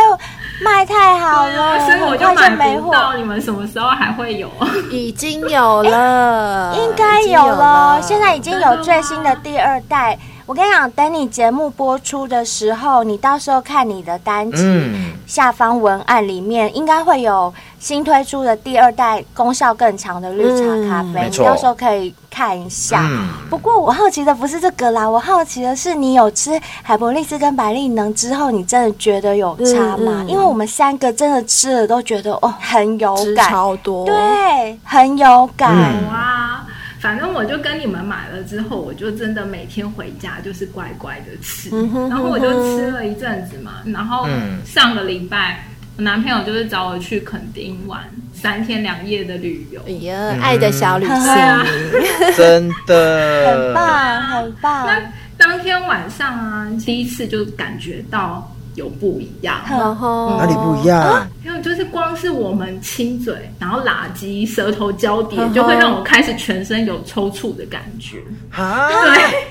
S3: 卖太好了，
S5: 所以我就
S3: 很快
S5: 买
S3: 就没
S5: 不
S3: 货。
S5: 到。你们什么时候还会有？
S2: 已经有了， [laughs]
S3: 应该
S2: 呃已经有
S3: 有了，现在已经有最新的第二代。我跟你讲，等你节目播出的时候，你到时候看你的单集、
S4: 嗯，
S3: 下方文案里面，应该会有新推出的第二代功效更强的绿茶咖
S2: 嗯
S3: 啡，
S4: 没
S3: 你
S4: 错
S3: 到时候可以看一下。
S4: 嗯
S3: 不过我好奇的不是这个啦，我好奇的是你有吃海博利斯跟百利能之后，你真的觉得有差吗？
S2: 嗯嗯
S3: 因为我们三个真的吃了都觉得哦很有
S2: 值
S3: 感，
S2: 超多，
S3: 对，很有感。
S4: 嗯
S5: 哇，啊反正我就跟你们买了之后，我就真的每天回家就是乖乖的吃，
S2: 嗯哼
S5: 然后我就吃了一阵子嘛，然后
S4: 嗯
S5: 上个礼拜。我男朋友就是找我去垦丁玩三天两夜的旅游，
S2: 哎呀，爱的小旅
S3: 对啊
S2: 行，
S4: 真的，
S3: [laughs] 很棒，很棒，
S5: 那当天晚上啊，第一次就感觉到有不一样，
S2: 然后
S4: 哪里不
S3: 哦
S4: 一？样？
S5: 因为就是光是我们亲嘴，然后拉鸡、舌头交叠，
S2: 嗯
S5: 就会让我开始全身有抽搐的感觉。
S4: 哈，
S5: 对，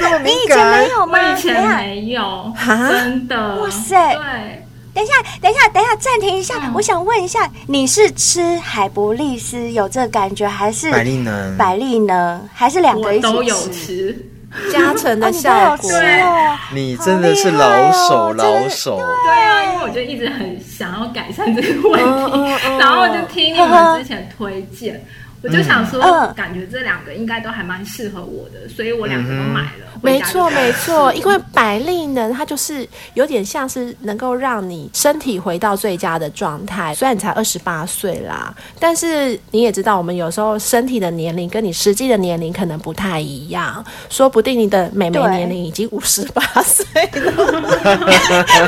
S4: 这么
S3: 你
S4: 敏
S3: 以前
S4: 感
S3: 没？有吗？
S5: 我以前
S3: 等一下
S5: 没有，
S2: 啊哈
S5: 真的。
S3: 哇塞
S5: 对，
S3: 等一下，等一下，等一下，暂停一下，
S5: 嗯
S3: 我想问一下，你是吃海博利斯有这个感觉，还是
S4: 百利能
S3: 百利呢？还是两个
S5: 我
S3: 一起
S5: 都有
S3: 吃
S5: 吃。
S2: 加成的
S3: 哦，你都有
S2: 效
S3: 吃
S2: 果，
S3: 哦。
S4: 你真的是老手，
S3: 好厉害哦
S4: 老手。
S5: 对啊，因为我就一直很想要改善这个问
S2: 嗯
S5: 题，
S2: 嗯嗯
S5: 然后我就听你们之前推荐。我就想说，
S3: 嗯
S5: 感觉这两个应该都还蛮适合我的，所以我两个都买了。回
S2: 嗯没
S5: 家就
S2: 错，
S5: 开
S2: 没
S5: 始
S2: 错，因为百利能它就是有点像是能够让你身体回到最佳的状态。虽然你才二十八岁啦，但是你也知道，我们有时候身体的年龄跟你实际的年龄可能不太一样，说不定你的妹妹
S3: 对
S2: 年龄已经五十八岁了，
S3: [laughs]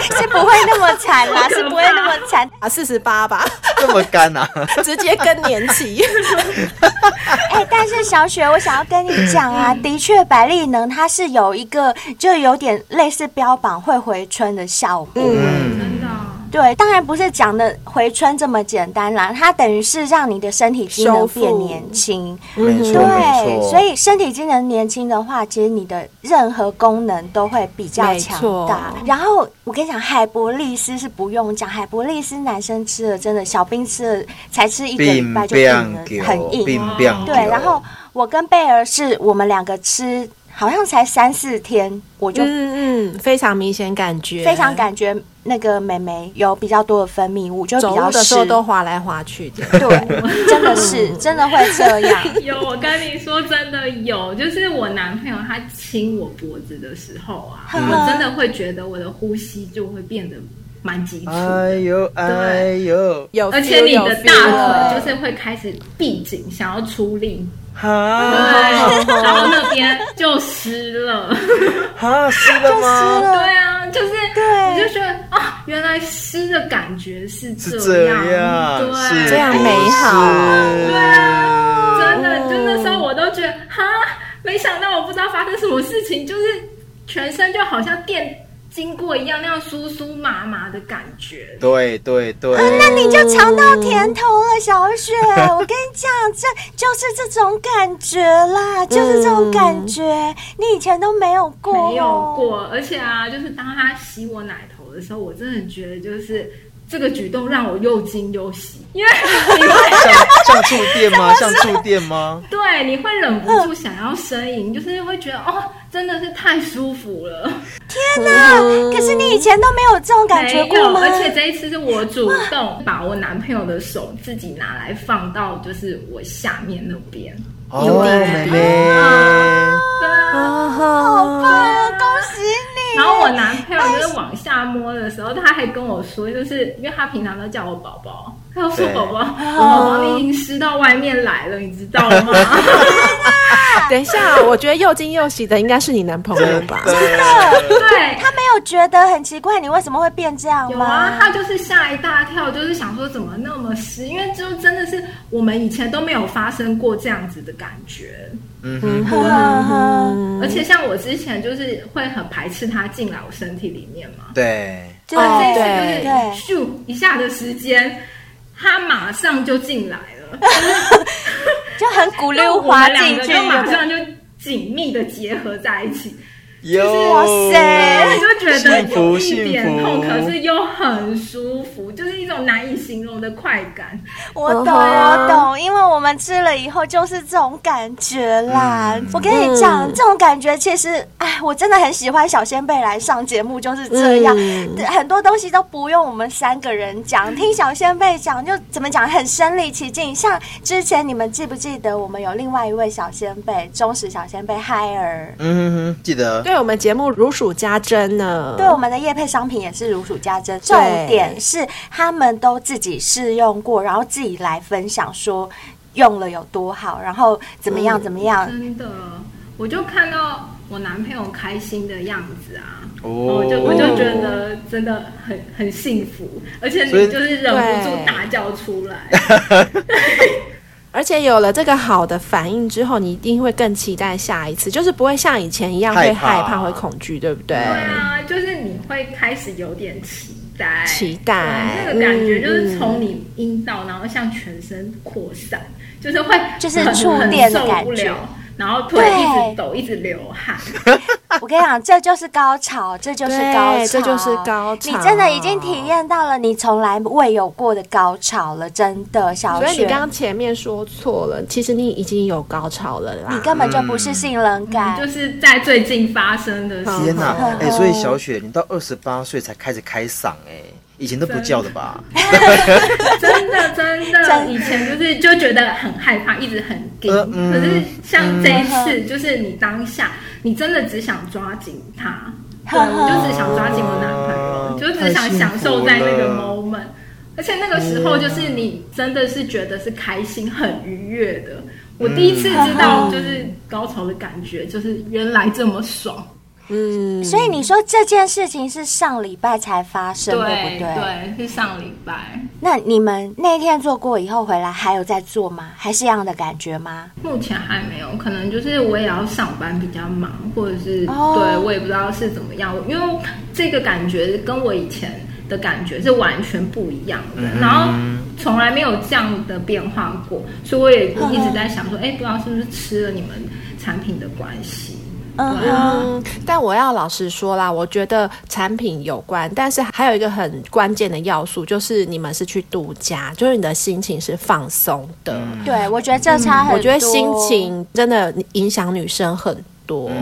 S3: 是不会那么惨啦，是不会那么惨。
S2: 啊，四十八吧，
S4: 这么干啊！
S2: [laughs] 直接更年期。
S3: 哎，但是小雪，我想要跟你讲啊，
S5: 嗯
S3: 的确，百利能它是有一个，就有点类似标榜会回春的效果。
S4: 嗯，
S5: 真的啊
S3: 对，当然不是讲的回春这么简单啦，它等于是让你的身体机能
S2: 修复
S3: 变年轻。
S4: 嗯没错没
S3: 嗯对，
S4: 错。
S3: 所以身体机能年轻的话，其实你的任何功能都会比较强大
S2: 没错。
S3: 然后我跟你讲，海博利斯是不用讲，海博利斯男生吃了真的，小兵吃了才吃一个礼
S4: 并
S3: 拜
S4: 不
S3: 就硬了，很
S4: 并
S3: 硬。
S4: 不
S3: 对，然后我跟贝儿是我们两个吃，好像才三四天，我就
S2: 嗯嗯，非常明显感觉，
S3: 非常。感觉那个美眉有比较多的分泌物，就比
S2: 走
S3: 较
S2: 路的时候
S3: 湿。
S2: 都滑来滑去的，
S3: 对，真的是真的会这样。
S5: 有，我跟你说，真的有，就是我男朋友他亲我脖子的时候啊，
S3: 嗯
S5: 我真的会觉得我的呼吸就会变得蛮急促
S4: 哎
S5: 的。
S4: 呦哎呦，
S2: 有 feel，
S5: 而且你
S2: 有
S5: 的
S2: feel
S5: 大腿就是会开始闭紧，想要出力，对，
S4: 哈
S5: 然后那边就湿了，
S4: 哈，湿了
S3: 湿
S4: 吗？
S5: 对
S3: 了
S5: 啊，就是，
S3: 对
S5: 你就觉得啊，原来湿的感觉是
S4: 是
S5: 这
S4: 这样，
S5: 对，
S4: 是
S2: 这样美好
S4: 对
S5: 真的，就那时候我都觉得哈，没想到我不知道发生什么事情，就是全身就好像电经过一样那样酥酥麻麻的感觉。
S4: 对对对，
S3: 啊那 [laughs] 你就尝到甜头了，小雪。我跟你讲，这就是这种感觉啦，就是这种感觉，你以前都没有过、
S5: 没有。过，而且啊，就是当他洗我奶头的时候，我真的觉得就是这个举动让我又惊又喜，因为你会
S4: 像像触电
S3: [laughs]
S4: 吗？像触电吗？
S5: 对你会忍不住想要呻吟，就是会觉得哦，真的是太舒服了，
S3: 天哪！可是你以前都没有这种感觉
S5: 没
S3: 过
S5: 有，
S3: 吗？
S5: 而且这一次是我主动把我男朋友的手自己拿来放到就是我下面那边，
S4: 哦，妹妹，
S5: 对啊。
S2: 啊哈，
S3: 啊恭喜你！
S5: 然后我男朋友就是往下摸的时候，他还跟我说，就是因为他平常都叫我宝宝，他就说
S4: 对
S5: 宝宝，
S3: 哦
S5: 宝宝你已经湿到外面来了，你知
S3: [laughs]
S5: 道吗？
S2: 等一下，我觉得又惊又喜的应该是你男朋友吧？
S4: 对，
S5: 对，
S3: 他没有觉得很奇怪，你为什么会变这样
S5: 有啊，
S3: 吗？
S5: 他就是吓一大跳，就是想说怎么那么湿，因为就真的是我们以前都没有发生过这样子的感觉，
S4: 嗯哼，
S3: 呵呵呵
S5: 而且像我之前就是会很排斥他进来我身体里面嘛，
S4: 对，
S3: 对
S2: 哦
S5: 这一
S2: 对
S5: 次就是咻一下的时间，他马上就进来了。
S3: 就很骨
S5: 因为
S3: 溜
S5: 我
S3: 滑
S5: 们两
S3: 进
S5: 个
S3: 去，
S5: 就马上就紧密的结合在一起，
S4: 哟，
S3: 哇塞
S5: 我就觉得
S4: 幸福
S5: 有一点
S4: 幸福
S5: 痛，可是又很舒服，就是一种难以形容的快感。
S3: 我
S2: 嗯
S3: 懂，我懂，因为我们吃了以后就是这种感觉啦。我跟你讲，
S2: 嗯
S3: 这种感觉其实，哎，我真的很喜欢小仙贝来上节目，就是这样、
S2: 嗯
S3: 很多东西都不用我们三个人讲，听小仙贝讲就怎么讲，很身临其境。像之前你们记不记得，我们有另外一位小仙贝，忠实小仙贝嗨儿。
S4: 嗯哼哼，记得，
S2: 对我们节目如数家珍呢。
S3: 对我们的业配商品也是如数家珍。重点是他们都自己试用过，然后自己来分享说用了有多好，然后怎么
S2: 嗯
S3: 样怎么
S2: [laughs]
S3: 样。
S5: 真的，我就看到我男朋友开心的样子啊，
S4: 哦
S5: 我就我就觉得真的很很幸福，而且
S4: 所以
S5: 你就是忍不住
S2: 对
S5: 大叫出来。
S2: 而且有了这个好的反应之后，你一定会更期待下一次，就是不会像以前一样会
S4: 害
S2: 害
S4: 怕
S2: 怕、会恐惧，对不对？
S5: [laughs] 对啊，就是你会开始有点期待，
S2: 期待
S5: 对那个感觉就是从你阴道，然后向全身扩散，就是会
S3: 就是
S5: 很
S3: 触电的
S5: 很受不
S3: 感觉
S5: 了，然后腿
S3: 对
S5: 一直抖，一直流汗，
S3: 我跟你讲，这就是高潮，这就是高潮，
S2: 对这就是高潮
S3: 你真的已经体验到了你从来未有过的高潮了，真的，小
S2: 所以
S3: 雪
S2: 你。刚刚前面说错了，其实你已经有高潮了啦。
S3: 你根本就不是性冷感，
S2: 嗯
S5: 就是在最近发生的事。
S4: 天哪，
S3: 嗯
S4: 哎、所以小雪，你到二十八岁才开始开嗓、哎，以前都不叫的吧？
S5: 真的真的，
S3: 真
S5: 以前就是就觉得很害怕，一直很紧。
S4: 呃嗯
S5: 可是像这一次，就是你当下，你真的只想抓紧他，对
S3: 呵呵
S5: 我就只想抓紧我男朋友，
S4: 哦
S5: 就只想享受在那
S4: 太
S5: 个
S4: 幸福
S5: moment。而且那个时候，就是你真的是觉得是开心、很愉悦的。我第一次知道，
S4: 嗯
S5: 就是高潮的感觉，就是原来这么爽。
S2: 嗯，
S3: 所以你说这件事情是上礼拜才发生，对不
S5: 对，是上礼拜。
S3: 那你们那天做过以后回来还有在做吗？还是一样的感觉吗？
S5: 目前还没有，可能就是我也要上班，比较忙，或者是、
S3: 哦
S5: 对我也不知道是怎么样，因为这个感觉跟我以前的感觉是完全不一样的，然后从来没有这样的变化过，所以我也一直在想说，哎、不知道是不是吃了你们产品的关系，
S3: 嗯
S5: 对啊
S3: 哼，
S2: 嗯，但我要老实说啦，我觉得产品有关，但是还有一个很关键的要素，就是你们是去度假，就是你的心情是放松的。
S4: 嗯
S3: 对，我觉得这差很
S2: 嗯
S3: 多。
S2: 我觉得心，情真的影响女生很多。
S4: 嗯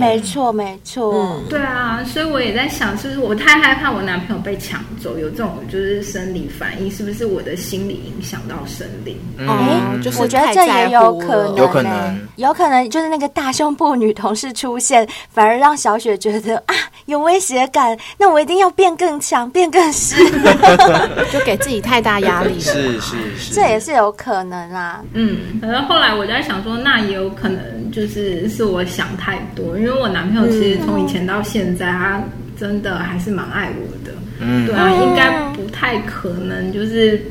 S3: 没错没错。
S2: 嗯
S5: 对啊，所以我也在想，是不是我太害怕我男朋友被抢走，有这种就是生理反应，是不是我的心理影响到生理？
S2: 哦，就是
S3: 我觉得
S2: 太
S3: 这
S2: 在
S3: 也有
S2: 乎
S3: 可能、
S2: 了
S4: 嗯有可能，
S3: 有可能就是那个大胸部女同事出现，反而让小雪觉得啊有威胁感，那我一定要变更强，变更
S4: [laughs]
S3: 湿，
S2: 就给自己太大压力了。
S4: 是是是，
S3: 这也是有可能啊啦。
S5: 嗯，可是后来我就在想说，那也有可能就是是我想太多，因为我男朋友其实从以前到现在，他真的还是蛮爱我的，
S4: 嗯
S5: 对啊，应该不太可能就是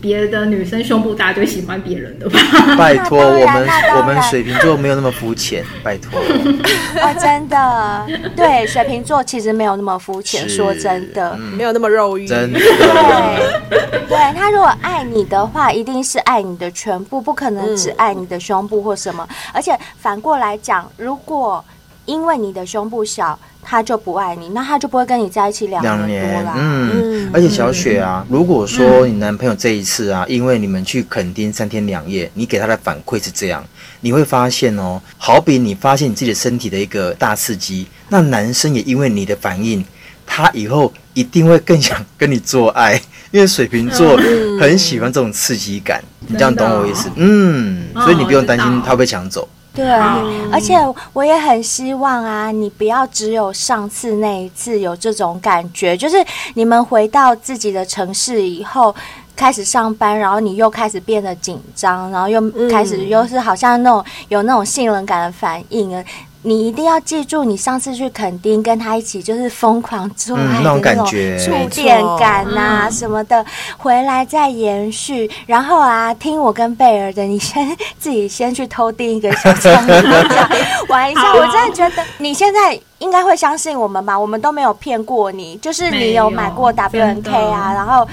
S5: 别的女生胸部大就喜欢别人的吧？ [laughs]
S4: 拜托，
S3: 那当然
S4: 我们
S3: 那当然
S4: 我们水瓶座没有那么肤浅，拜托。
S3: 哦，真的，对，水瓶座其实没有那么肤浅，
S4: 是嗯
S3: 说真的，
S2: 没有那么肉欲。
S4: 真的，
S3: 对，对他如果爱你的话，一定是爱你的全部，不可能只爱你的胸部或什么。而且反过来讲，如果因为你的胸部小，他就不爱你，那他就不会跟你在一起两
S4: 两
S3: 年多
S4: 年
S3: 啦。，
S4: 嗯
S2: 嗯，
S4: 而且小雪啊，如果说你男朋友这一次啊，因为你们去垦丁三天两夜，你给他的反馈是这样，你会发现哦，好比你发现你自己的身体的一个大刺激，那男生也因为你的反应，他以后一定会更想跟你做爱，因为水瓶座很喜欢这种刺激感，你这样懂我意思？嗯，所以你不用担心他会被抢走。
S3: 对，
S5: 好
S3: 而且我也很希望啊，你不要只有上次那一次有这种感觉，就是你们回到自己的城市以后。开始上班，然后你又开始变得紧张，然后又
S4: 嗯
S3: 开始又是好像那种有那种性冷感的反应啊！你一定要记住，你上次去垦丁跟他一起就是疯狂做
S4: 嗯
S3: 爱的
S4: 那种感
S3: 种
S4: 觉
S3: 触
S2: 没
S3: 电
S2: 错
S3: 感
S2: 嗯
S3: 啊什么的，回来再延续。然后啊，听我跟贝尔的，你先自己先去偷订一个小窗帘这样玩一下。
S5: 好
S2: 啊
S3: 我真的觉得你现在应该会相信我们吧？我们都没有骗过你，就是你有买过
S5: 没有真
S3: WNK
S5: 的
S3: 啊，然后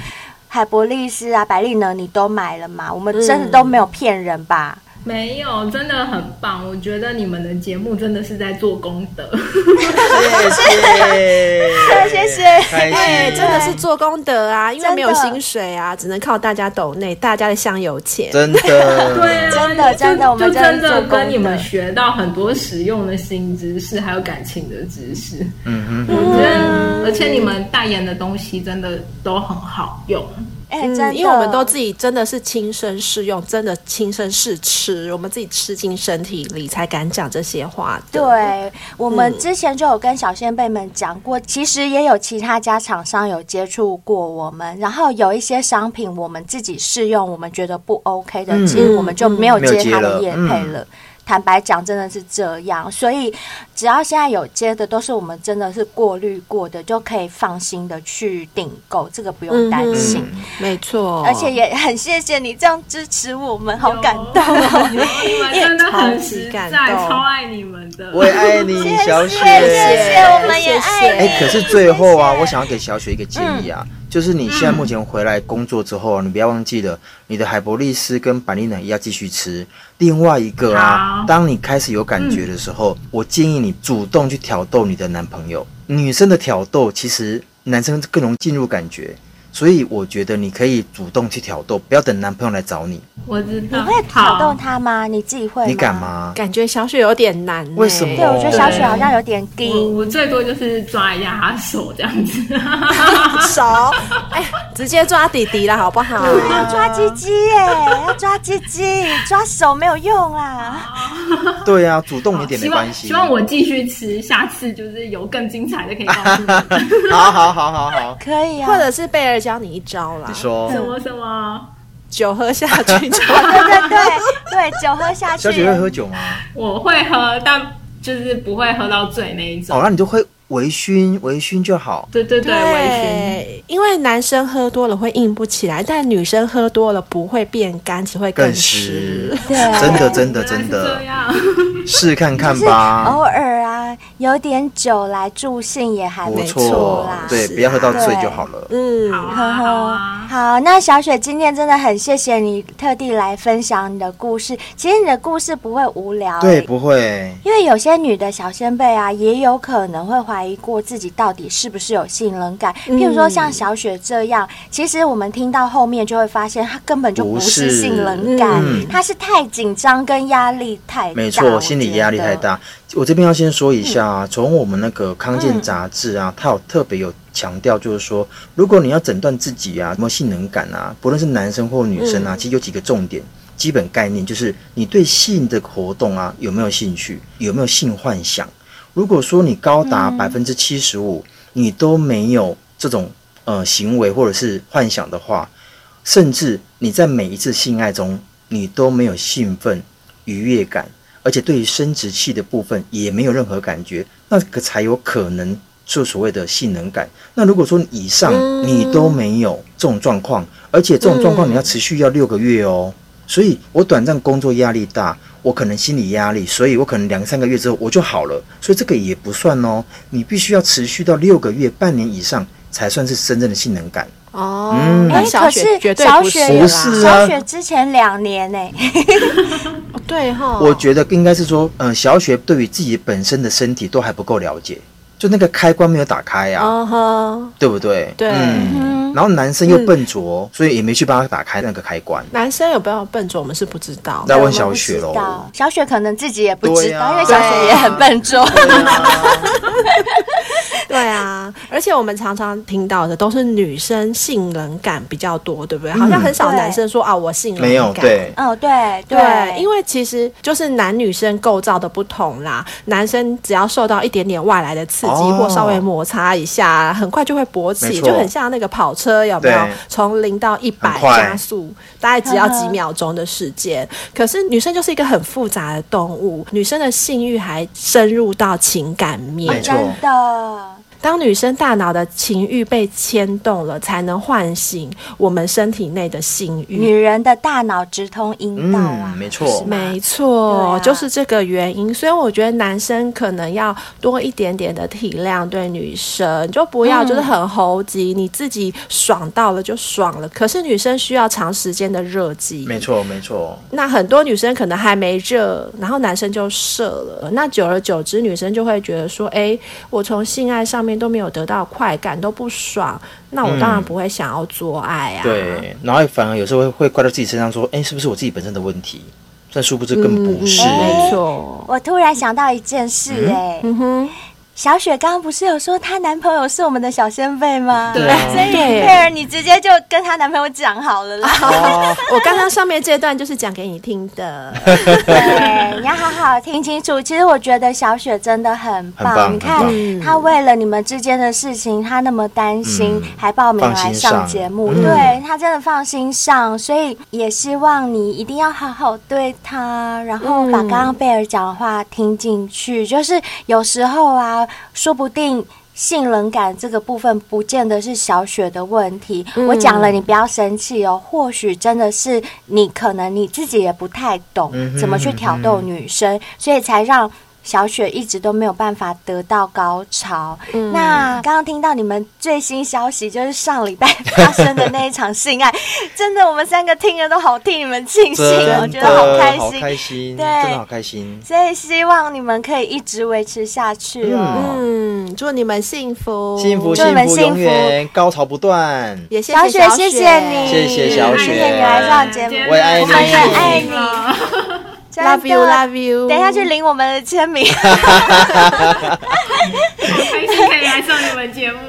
S3: 海博利斯啊、百利能你都买了嘛？我们
S2: 嗯
S3: 真的都没有骗人吧？
S5: 没有，真的很棒。我觉得你们的节目真的是在做功德。
S4: 谢
S3: 谢谢
S4: 开
S2: 哎、
S4: 心，
S2: 真的是做功德啊，因为
S3: 真的
S2: 没有薪水啊，只能靠大家抖内，大家的香油钱。
S4: 真的，
S5: 对啊，
S3: 真的
S5: 就
S3: 真的我们
S5: 就
S3: 真的是
S5: 真
S3: 做
S5: 的
S3: 功德
S5: 跟你们学到很多实用的新知识，还有感情的知识。
S4: 嗯哼。
S5: 我觉
S3: 嗯
S5: 得，而且你们代言的东西真的都很好用。
S3: 哎、真的，
S2: 嗯，因为我们都自己真的是亲身试用，真的亲身试吃，我们自己吃进身体里才敢讲这些话的。
S3: 对，我们之前就有跟小先辈们讲过，其实也有其他家厂商有接触过我们，然后有一些商品我们自己试用，我们觉得不 OK 的，
S4: 嗯
S3: 其实我们就没有
S4: 没有
S3: 接
S4: 接
S3: 他的
S4: 了
S3: 业
S4: 嗯
S3: 配了。坦白讲，真的是这样，所以只要现在有接的，都是我们真的是过滤过的，就可以放心的去订购，这个不用担
S2: 嗯
S3: 心。
S2: 没错，
S3: 而且也很谢谢你这样支持我们，好感动哦！
S5: 有你们真的很
S2: 超级
S5: 实在，
S2: 感动
S5: 超爱你们的。
S4: 我也爱你，小
S3: 谢
S4: 雪。
S3: 谢，我们也
S2: 谢
S3: 爱
S2: 谢
S3: 你。
S4: 哎、可是最后啊，
S3: 谢谢
S4: 我想要给小雪一个建议啊，就是你现在目前回来工作之后啊、你不要忘记了，你的海博利斯跟板栗奶要继续吃。另外一个啊
S5: 好，
S4: 当你开始有感觉的时候，我建议你主动去挑逗你的男朋友。女生的挑逗其实男生更容易进入感觉，所以我觉得你可以主动去挑逗，不要等男朋友来找你。
S5: 我知
S3: 你
S2: 啊
S5: 道，
S3: 会挑
S5: 好
S3: 动他吗？你自己会？
S4: 你敢？吗？
S2: 感觉小雪有点难欸呢、
S4: 为什么
S3: 对，我觉得小雪
S5: 对
S3: 好像有点
S5: 我
S3: 硬。
S5: 我最多就是抓一下他手这样子，
S2: 手，哎，直接抓弟弟了好不好？
S4: 嗯
S3: 哦要抓鸡鸡耶，要抓鸡鸡，抓手没有用啦。
S4: 对啊，主动一点没
S5: 希
S4: 关
S5: 望
S4: 系。
S5: 希望我继续吃，下次就是有更精彩的可以告
S3: [laughs]
S5: 诉你们。
S4: [laughs] 好好好好好，
S3: 可以啊，
S2: 或者是贝尔教你一招啦
S4: 你，说。
S3: 嗯
S5: 什么什么？
S2: 酒喝下去就
S3: 对对对对，酒喝下去
S4: 小。雪会喝酒吗？
S3: 嗯
S5: 我会喝，但就是不会喝到醉那一
S4: 哦，
S5: 种。
S4: 那你就会微醺，微醺就好。
S5: 对对对，微醺。
S2: [laughs] 对，因为男生喝多了会硬不起来，但女生喝多了不会变干，只会更
S4: 更
S2: 湿
S4: 实。，
S3: 对
S4: 真的真的
S5: 原来
S4: 真
S5: 是
S4: 的
S5: 这，样。
S4: 试看看
S3: 就是
S4: 吧，
S3: 偶尔啊，有点酒来助兴也还
S4: 不
S3: 不哦错
S4: 错
S3: 啦，。
S4: 对，
S2: 是啊
S4: 不要喝到醉就好了。
S2: 嗯，
S5: 好
S3: 呵
S5: 啊，好
S3: 呵
S5: 啊，
S3: 好，那小雪今天真的很谢谢你特地来分享你的故事。其实你的故事不会无聊、
S4: 对，不会，
S3: 因为有些女的小先辈啊，也有可能会怀疑过自己到底是不是有性冷感。譬如说像小雪这样，其实我们听到后面就会发现，她根本就不是
S4: 不是
S3: 性冷感，
S4: 嗯
S3: 她是太紧张跟压力太大，
S4: 没
S3: 我
S4: 错，心理压力
S3: 觉得嗯
S4: 太。大。我这边要先说一下啊，从我们那个康健杂志啊，它有特别有强调，就是说，如果你要诊断自己啊，什么性能感啊，不论是男生或女
S3: 嗯
S4: 生啊，其实有几个重点。基本概念就是你对性的活动啊有没有兴趣，有没有性幻想？如果说你高达
S3: 嗯
S4: 百分之七十五，你都没有这种呃行为或者是幻想的话，甚至你在每一次性爱中，你都没有兴奋、愉悦感，而且对于生殖器的部分也没有任何感觉，那个才有可能就所谓的性能感。那如果说以上你都没有这种状况，而且这种状况你要持续要六个月哦。所以我短暂工作压力大，我可能心理压力，所以我可能两三个月之后我就好了，所以这个也不算哦。你必须要持续到六个月、半年以上，才算是真正的性能感。
S2: 哦，
S4: 嗯
S2: 那
S3: 哎，
S2: 小
S3: 可
S2: 雪
S3: 是
S2: 绝对
S3: 小
S2: 不
S3: 雪
S4: 不
S2: 啦
S4: 是啊
S3: 小雪之前两年呢、哎
S2: 哦对哈，
S4: 我觉得应该是说，嗯、小雪对于自己本身的身体都还不够了解，就那个开关没有打开
S3: 哦
S4: 啊，
S2: 嗯哼，
S4: 对不对？
S2: 对
S4: 嗯。然后男生又笨
S3: 嗯
S4: 拙，所以也没去帮他打开那个开关。
S2: 男生有没有笨拙，我们是不知道。
S4: 那
S3: 哦我
S4: 问
S3: 们
S4: 小
S3: 不
S4: 雪
S3: 知
S4: 喽。
S3: 道小雪可能自己也不知
S4: 对
S3: 道，
S4: 啊
S3: 因为小雪也很笨拙。
S4: [laughs]
S2: 对啊，而且我们常常听到的都是女生性冷感比较多，对不对？好像很少
S3: 对
S2: 男生说啊，我性冷感
S3: [laughs]
S4: 嗯没有对，
S3: 哦，对
S2: 对，因
S3: 为
S2: 为其实就是男女生构造的不同啦，男生只要受到一点点外来的刺激、
S4: 哦
S2: 或稍微摩擦一下，很快就会勃
S4: 没
S2: 起，
S4: 错
S2: 就很像那个跑车有没有
S4: 对？
S2: 从零到一百
S4: 很快
S2: 加速，大概只要几秒钟的时间。可是女生就是一个很复杂的动物，女生的性欲还深入到情感面
S4: 没，错
S3: 真的
S2: 当女生大脑的情欲被牵动了，才能唤醒我们身体内的性欲。
S3: 女人的大脑直通阴道啊
S4: 嗯，，没错。
S2: 没错，
S3: 对啊
S2: 就是这个原因。所以我觉得男生可能要多一点点的体谅对女生，就不要
S4: 嗯
S2: 就是很猴急，你自己爽到了就爽了。可是女生需要长时间的热机，
S4: 没错，没错，
S2: 那很多女生可能还没热，然后男生就射了。那久而久之，女生就会觉得说：“哎，我从性爱上面都没有得到快感，都不爽，那我当然不会想要做爱啊。
S4: 嗯对。然后反而有时候会会怪到自己身上，说：“哎，是不是我自己本身的问题？”但殊不知根本不是。
S2: 嗯没错，
S3: 我突然想到一件事、哎、
S2: 嗯哼，
S3: 小雪刚刚不是有说她男朋友是我们的小先辈吗？
S2: [laughs]
S5: 对
S3: 所以
S2: 对
S3: 贝尔，你直接就跟她男朋友讲好了啦。
S4: 哦，
S2: 我刚刚上面这段就是讲给你听的。
S4: [laughs]
S3: 对，你要好好听清楚。其实我觉得小雪真的很棒，
S4: 很棒
S3: 你看
S4: 很
S3: 她为了你们之间的事情，她那么担心，
S4: 嗯
S3: 还报名来
S4: 放心上
S3: 节目，
S4: 嗯
S3: 对她真的放心上，所以也希望你一定要好好对她，然后把刚刚贝尔讲的话听进去。就是有时候啊，说不定。性冷感这个部分不见得是小雪的问题，我讲了你不要生气哦。或许真的是你可能你自己也不太懂
S4: 嗯哼
S3: 怎么去挑逗女
S4: 嗯
S3: 生，所以才让。小雪一直都没有办法得到高潮。
S4: 嗯
S3: 那刚刚听到你们最新消息，就是上礼拜发生的那一场性
S4: [laughs]
S3: 爱，真的，我们三个听了都好替你们庆幸
S4: 真
S3: 哦，
S4: 的
S3: 我觉得好开
S4: 好
S3: 心。
S4: 开心，
S3: 对
S4: 真的好开心。
S3: 所以希望你们可以一直维持下去哦。
S4: 嗯，
S2: 嗯，祝你们幸福，
S4: 幸福，
S3: 祝你
S4: 幸
S3: 们
S4: 福，
S3: 幸
S4: 永
S3: 福
S4: 远高潮不断。
S2: 也谢
S3: 小
S2: 谢
S3: 雪，
S2: 雪，
S3: 谢谢你，
S4: 谢谢小雪
S3: 谢谢你来上节目，
S5: 今天
S4: 我也爱你
S5: 我们太开心
S3: 我也
S5: 了。
S3: 真的
S2: ，love you，love you。
S3: 等一下去领我们的签
S4: [laughs]
S3: 名。
S5: 开心可以来上你们节目。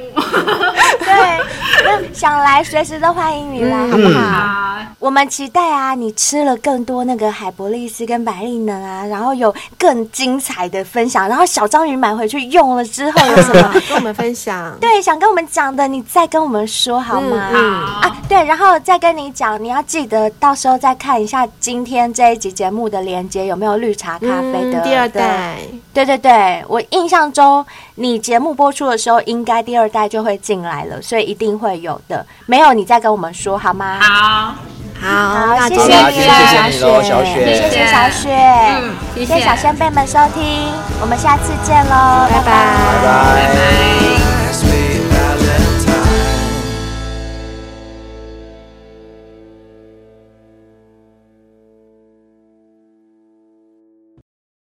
S3: 对，那想来随时都欢迎你来，好不
S4: 嗯
S3: 好？
S5: 啊，
S3: 我们期待啊，你吃了更多那个海博利斯跟百利能啊，然后有更精彩的分享，然后小章鱼买回去用了之
S2: [laughs]
S3: 后有什么？，
S2: 跟我们分享
S3: 对，想跟我们讲的，你再跟我们说好吗？
S5: 好
S2: 嗯
S3: 啊，，对，然后再跟你讲，你要记得到时候再看一下今天这一集节目的连接有没有绿茶 [laughs] 咖啡的、
S2: 嗯第二
S3: 的
S2: 代，
S3: 对对对，我印象中你节目播出的时候，应该第二代就会进来了，所以一定会有的。没有，你再跟我们说好吗？
S5: 好，
S2: 好，
S3: 好
S2: 那
S3: 谢
S2: 今
S3: 谢
S2: 天
S3: 你啦，
S4: 好啦谢谢你
S3: 小
S4: 喽小
S3: 雪，
S4: 雪
S3: 谢谢小雪，
S5: 嗯谢谢
S3: 谢谢小先辈们收听，我们下次见喽，拜拜
S2: 拜拜
S4: 拜拜。
S5: 拜。
S1: Ask me